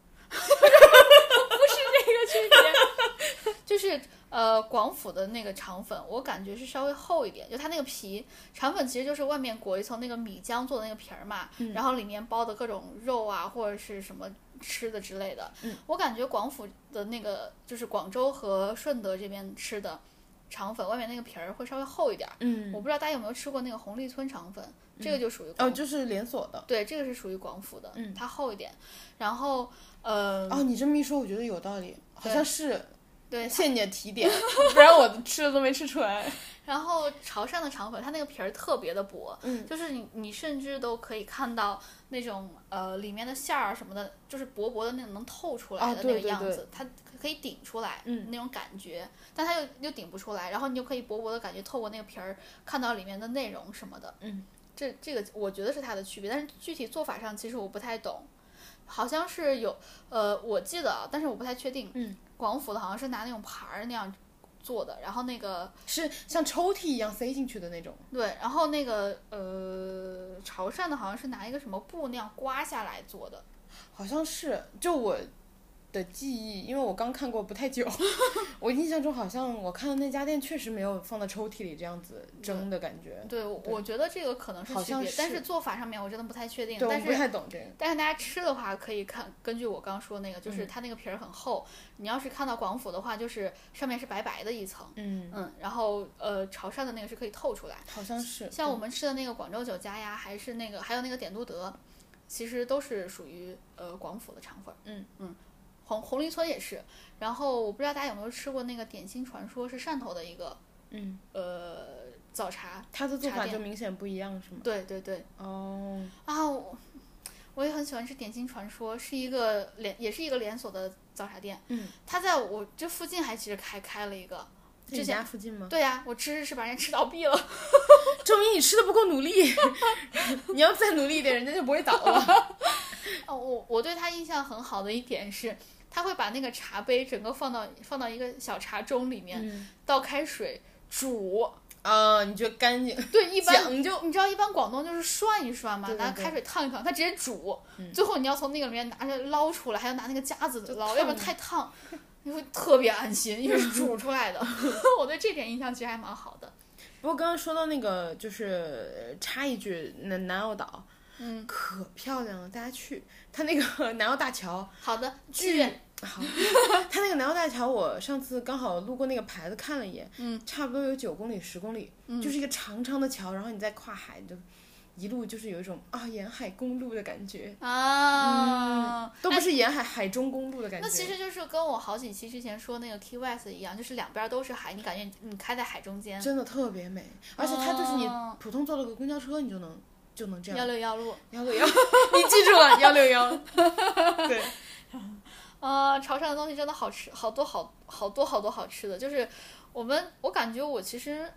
A: 就是呃广府的那个肠粉，我感觉是稍微厚一点，就它那个皮，肠粉其实就是外面裹一层那个米浆做的那个皮儿嘛，
B: 嗯
A: 然后里面包的各种肉啊或者是什么吃的之类的。
B: 嗯
A: 我感觉广府的那个就是广州和顺德这边吃的肠粉，外面那个皮儿会稍微厚一点儿。
B: 嗯
A: 我不知道大家有没有吃过那个红利村肠粉，这个就属于广
B: 哦，就是连锁的。
A: 对，这个是属于广府的，
B: 嗯
A: 它厚一点。然后，呃，
B: 哦，你这么一说，我觉得有道理，好
A: 对
B: 像是。
A: 对，
B: 谢谢你的提 点，不然我吃的都没吃出来。
A: 然后潮汕的肠粉，它那个皮儿特别的薄，
B: 嗯，
A: 就是你你甚至都可以看到那种呃里面的馅儿什么的，就是薄薄的那种能透出
B: 啊
A: 来的
B: 对
A: 那个
B: 对
A: 样
B: 对
A: 子，它可以顶出来，
B: 嗯
A: 那种感觉，但它又又顶不出来，然后你就可以薄薄的感觉透过那个皮儿看到里面的内容什么的，
B: 嗯，
A: 这这个我觉得是它的区别，但是具体做法上其实我不太懂，好像是有呃我记得，啊，但是我不太确定，
B: 嗯，
A: 广府的好像是拿那种盘儿那样做的，然后那个。
B: 是像抽屉一样塞进去的那种。
A: 对，然后那个呃，潮汕的好像是拿一个什么布那样刮下来做的，
B: 好像是，就我的记忆，因为我刚看过不太久， 我印象中好像我看的那家店确实没有放到抽屉里这样子蒸的感觉。
A: 对，我我觉得这个可能是
B: 嗯好
A: 区
B: 像
A: 别，但
B: 是
A: 是做法上面我真的不太确定。
B: 对，我
A: 但
B: 不
A: 是
B: 太懂这个。
A: 但是大家吃的话，可以看根据我刚说那个，
B: 嗯
A: 就是它那个皮儿很厚，你要是看到广府的话，就是上面是白白的一层，
B: 嗯，
A: 嗯，然后呃潮汕的那个是可以透出来。
B: 好像是。
A: 像我们吃的那个广州酒家呀，还是那个还有那个点都德，其实都是属于呃广府的肠粉儿。
B: 嗯
A: 嗯，红红梨村也是。然后我不知道大家有没有吃过那个点心传说，是汕头的一个
B: 嗯，
A: 呃早茶。
B: 它的做
A: 茶
B: 法
A: 店
B: 就明显不一样，是吗？
A: 对对对，
B: 哦，
A: 啊我。我也很喜欢吃点心传说，是一个连也是一个连锁的早茶店。
B: 嗯，
A: 它在我这附近还其实还开了一个。
B: 在你
A: 之前
B: 家附近吗？
A: 对呀、我吃是把人家 吃倒闭了。
B: 证明你吃的不够努力， 你要再努力一点，人家就不会倒了。
A: 哦，我我对他印象很好的一点是，他会把那个茶杯整个放到放到一个小茶盅里面，
B: 嗯，
A: 倒开水煮。
B: 啊，你觉得干净？
A: 对，一般
B: 讲究。
A: 你知道，一般广东就是涮一涮嘛，
B: 对对
A: 拿
B: 对
A: 开水烫一烫，他直接煮。
B: 嗯
A: 最后你要从那个里面拿着捞出来，还要拿那个夹子
B: 就
A: 捞，
B: 烫
A: 要不然
B: 了
A: 太烫，你会特别安心，因为是煮出 来的。 我对这点印象其实还蛮好的。
B: 不过刚刚说到那个，就是呃插一句，南南澳岛
A: 嗯，
B: 可漂亮了，大家去。它那个 南澳大桥，
A: 好的，剧院
B: 好，它那个南澳大桥，我上次刚好路过那个牌子看了一眼，
A: 嗯，
B: 差不多有九公里、十公里，
A: 嗯
B: 就是一个长长的桥，然后你再跨海，就一路就是有一种啊沿海公路的感觉，
A: 啊，
B: 都
A: 那
B: 不是沿海，海中公路的感觉。
A: 那其实就是跟我好几期之前说那个 Key West 一样，就是两边都是海，你感觉你你开在海中间。
B: 真的特别美，而且它就是你
A: 哦
B: 普通坐了个公交车，你就能就能这
A: 幺
B: 样
A: 六幺路，
B: 幺六幺， 你记住 了幺六幺，对，
A: 呃，潮汕的东西真的好吃，好多好好多好多好吃的。就是我们，我感觉我其实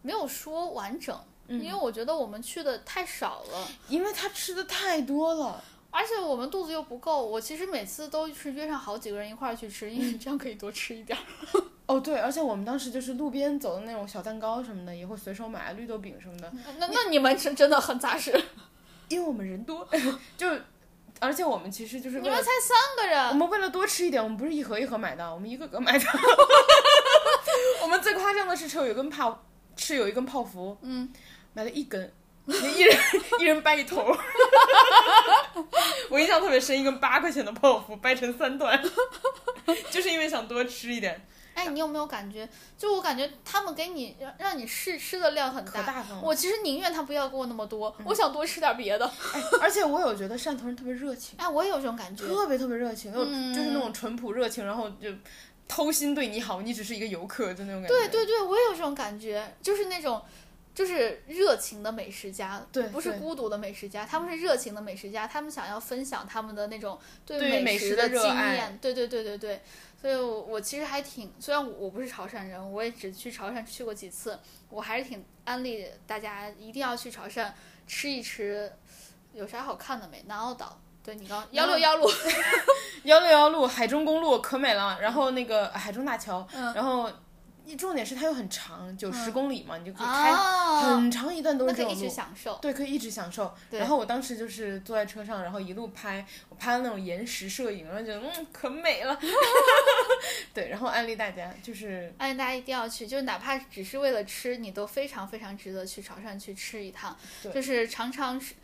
A: 没有说完整，因为我觉得我们去的太少了，
B: 因为它吃的太多了，
A: 而且我们肚子又不够。我其实每次都是约上好几个人一块儿去吃，因为这样可以多吃一点儿。
B: 哦对，而且我们当时就是路边走的那种小蛋糕什么的，也会随手买绿豆饼什么的，
A: 那那你们是真的很扎实，
B: 因为我们人 多，就而且我们其实就是
A: 你
B: 为
A: 们
B: 了
A: 才三个
B: 我
A: 人，
B: 们为了多吃一点，我们不是一盒一盒买的，我们一个 个买的，我们最夸张的是吃有一根泡吃有一根泡芙，
A: 嗯，
B: 买了一根，一人一人掰一头 儿。我印象特别深，一根八块钱的泡芙掰成三段，就是因为想多吃一点，
A: 哎，你有没有感觉？就我感觉他们给你让让你试吃的量很
B: 可
A: 大。
B: 大方了。嗯
A: 我其实宁愿他不要给我那么多，我想多吃点别 的。
B: 哎而且我有觉得汕头人特别热情，
A: 哎，我也有这种感觉。
B: 特别特别热情，有
A: 嗯
B: 就是那种淳朴热情，然后就偷心对你好，你只是一个游客，就那种感觉。
A: 对对对，我也有这种感觉，就是那种，就是热情的美食家，
B: 对
A: 不是
B: 对
A: 孤独的美食家，他们是热情的美食家，他们想要分享他们的那种
B: 对于
A: 对
B: 美
A: 食
B: 食的热
A: 经
B: 爱
A: 验，对对对对对，所以我我其实还挺，虽然我我不是潮汕人，我也只去潮汕去过几次，我还是挺安利大家一定要去潮汕吃一吃，有啥好看的没？南澳岛。对你刚幺六幺路，
B: 幺六幺路、海中公路可美了，然后那个海中大桥，
A: 嗯
B: 然后一重点是它又很长，九十
A: 嗯
B: 公里嘛，你就可以开
A: 啊，
B: 很长一段都
A: 那
B: 是
A: 可
B: 这
A: 以一
B: 种路
A: 直。享受。
B: 对，可以一直享受。
A: 对
B: 然后我当时就是坐在车上，然后一路拍，我拍了那种延时摄影，然后觉得嗯可美 了。 对，然后安利大家就是
A: 安利大家一定要去，就是哪怕只是为了吃，你都非常非常值得去潮汕去吃一趟。
B: 对
A: 就是常常是，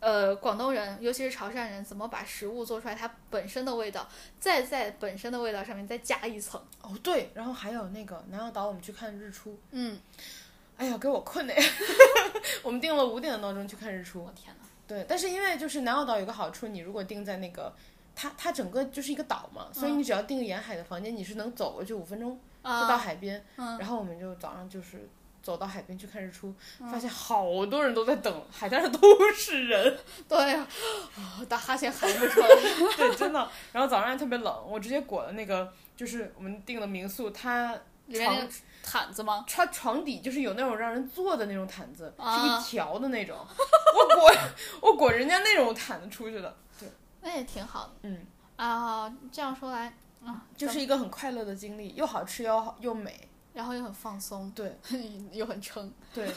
A: 呃，广东人，尤其是潮汕人，怎么把食物做出来它本身的味道，再在本身的味道上面再加一层。
B: 哦对，然后还有那个南澳岛，我们去看日出，
A: 嗯，
B: 哎呀给我 困的呀！我们定了五点的闹钟去看日出
A: 我，天哪，
B: 对，但是因为就是南澳岛有个好处，你如果定在那个。它它整个就是一个岛嘛，所以你只要订沿海的房间，你是能走过去五分钟就到
A: 嗯啊，
B: 海边。
A: 嗯
B: 然后我们就早上就是走到海边去看日出，
A: 嗯
B: 发现好多人都在等，海滩上都是人，
A: 对啊，啊打哈欠喊不出来。
B: 对，真的。然后早上还特别冷，我直接裹了那个，就是我们订的民宿，它
A: 里面那
B: 床
A: 个毯子吗？
B: 它床底就是有那种让人坐的那种毯子，
A: 啊
B: 是一条的那种， 我裹我裹人家那种毯子出去的，对，
A: 那也挺好的
B: 嗯，
A: 啊。这样说来，啊，
B: 就是一个很快乐的经历，又好吃又好又美，
A: 然后又很放松，
B: 对
A: 又很撑，
B: 对，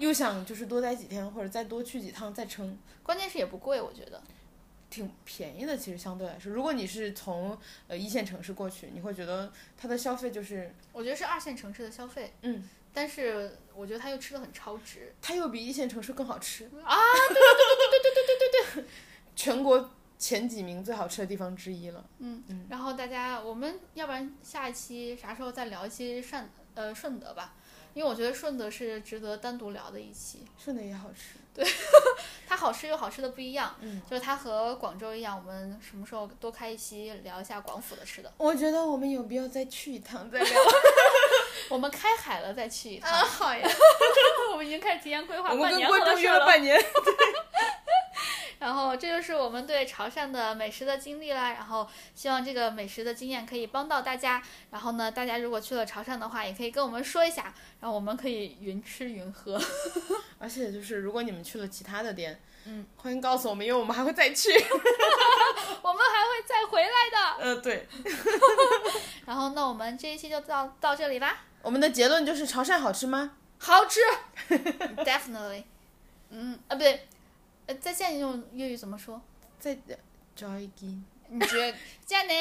B: 又想就是多待几天或者再多去几趟再撑。
A: 关键是也不贵，我觉得。
B: 挺便宜的，其实相对来说，如果你是从呃一线城市过去，你会觉得它的消费就是
A: 我觉得是二线城市的消费，
B: 嗯，
A: 但是我觉得它又吃的很超值，
B: 它又比一线城市更好吃
A: 啊！
B: 对 对对对对对对对，全国前几名最好吃的地方之一了。
A: 然后大家，我们要不然下一期啥时候再聊一期善呃顺德吧，因为我觉得顺德是值得单独聊的一期，
B: 顺德也好吃，
A: 它好吃又好吃的不一样，
B: 嗯，
A: 就是它和广州一样，我们什么时候多开一期聊一下广府的吃的，
B: 我觉得我们有必要再去一趟再聊。
A: 我们开海了再去一趟，
B: 啊，好呀，
A: 我们已经开始提前规划
B: 我
A: 半
B: 们跟
A: 年
B: 贵
A: 后的
B: 州
A: 事
B: 约
A: 儿
B: 了
A: 了。
B: 半年，
A: 然后这就是我们对潮汕的美食的经历啦。然后希望这个美食的经验可以帮到大家。然后呢，大家如果去了潮汕的话，也可以跟我们说一下，然后我们可以云吃云喝。
B: 而且就是如果你们去了其他的店，
A: 嗯，
B: 欢迎告诉我们，因为我们还会再去。
A: 我们还会再回来的。
B: 呃，对，
A: 然后那我们这一期就到到这里吧。
B: 我们的结论就是潮汕好吃吗？
A: 好吃，definitely。嗯啊，不对，呃，在线用粤语怎么说？
B: 呃再找一斤。
A: 你觉得加你？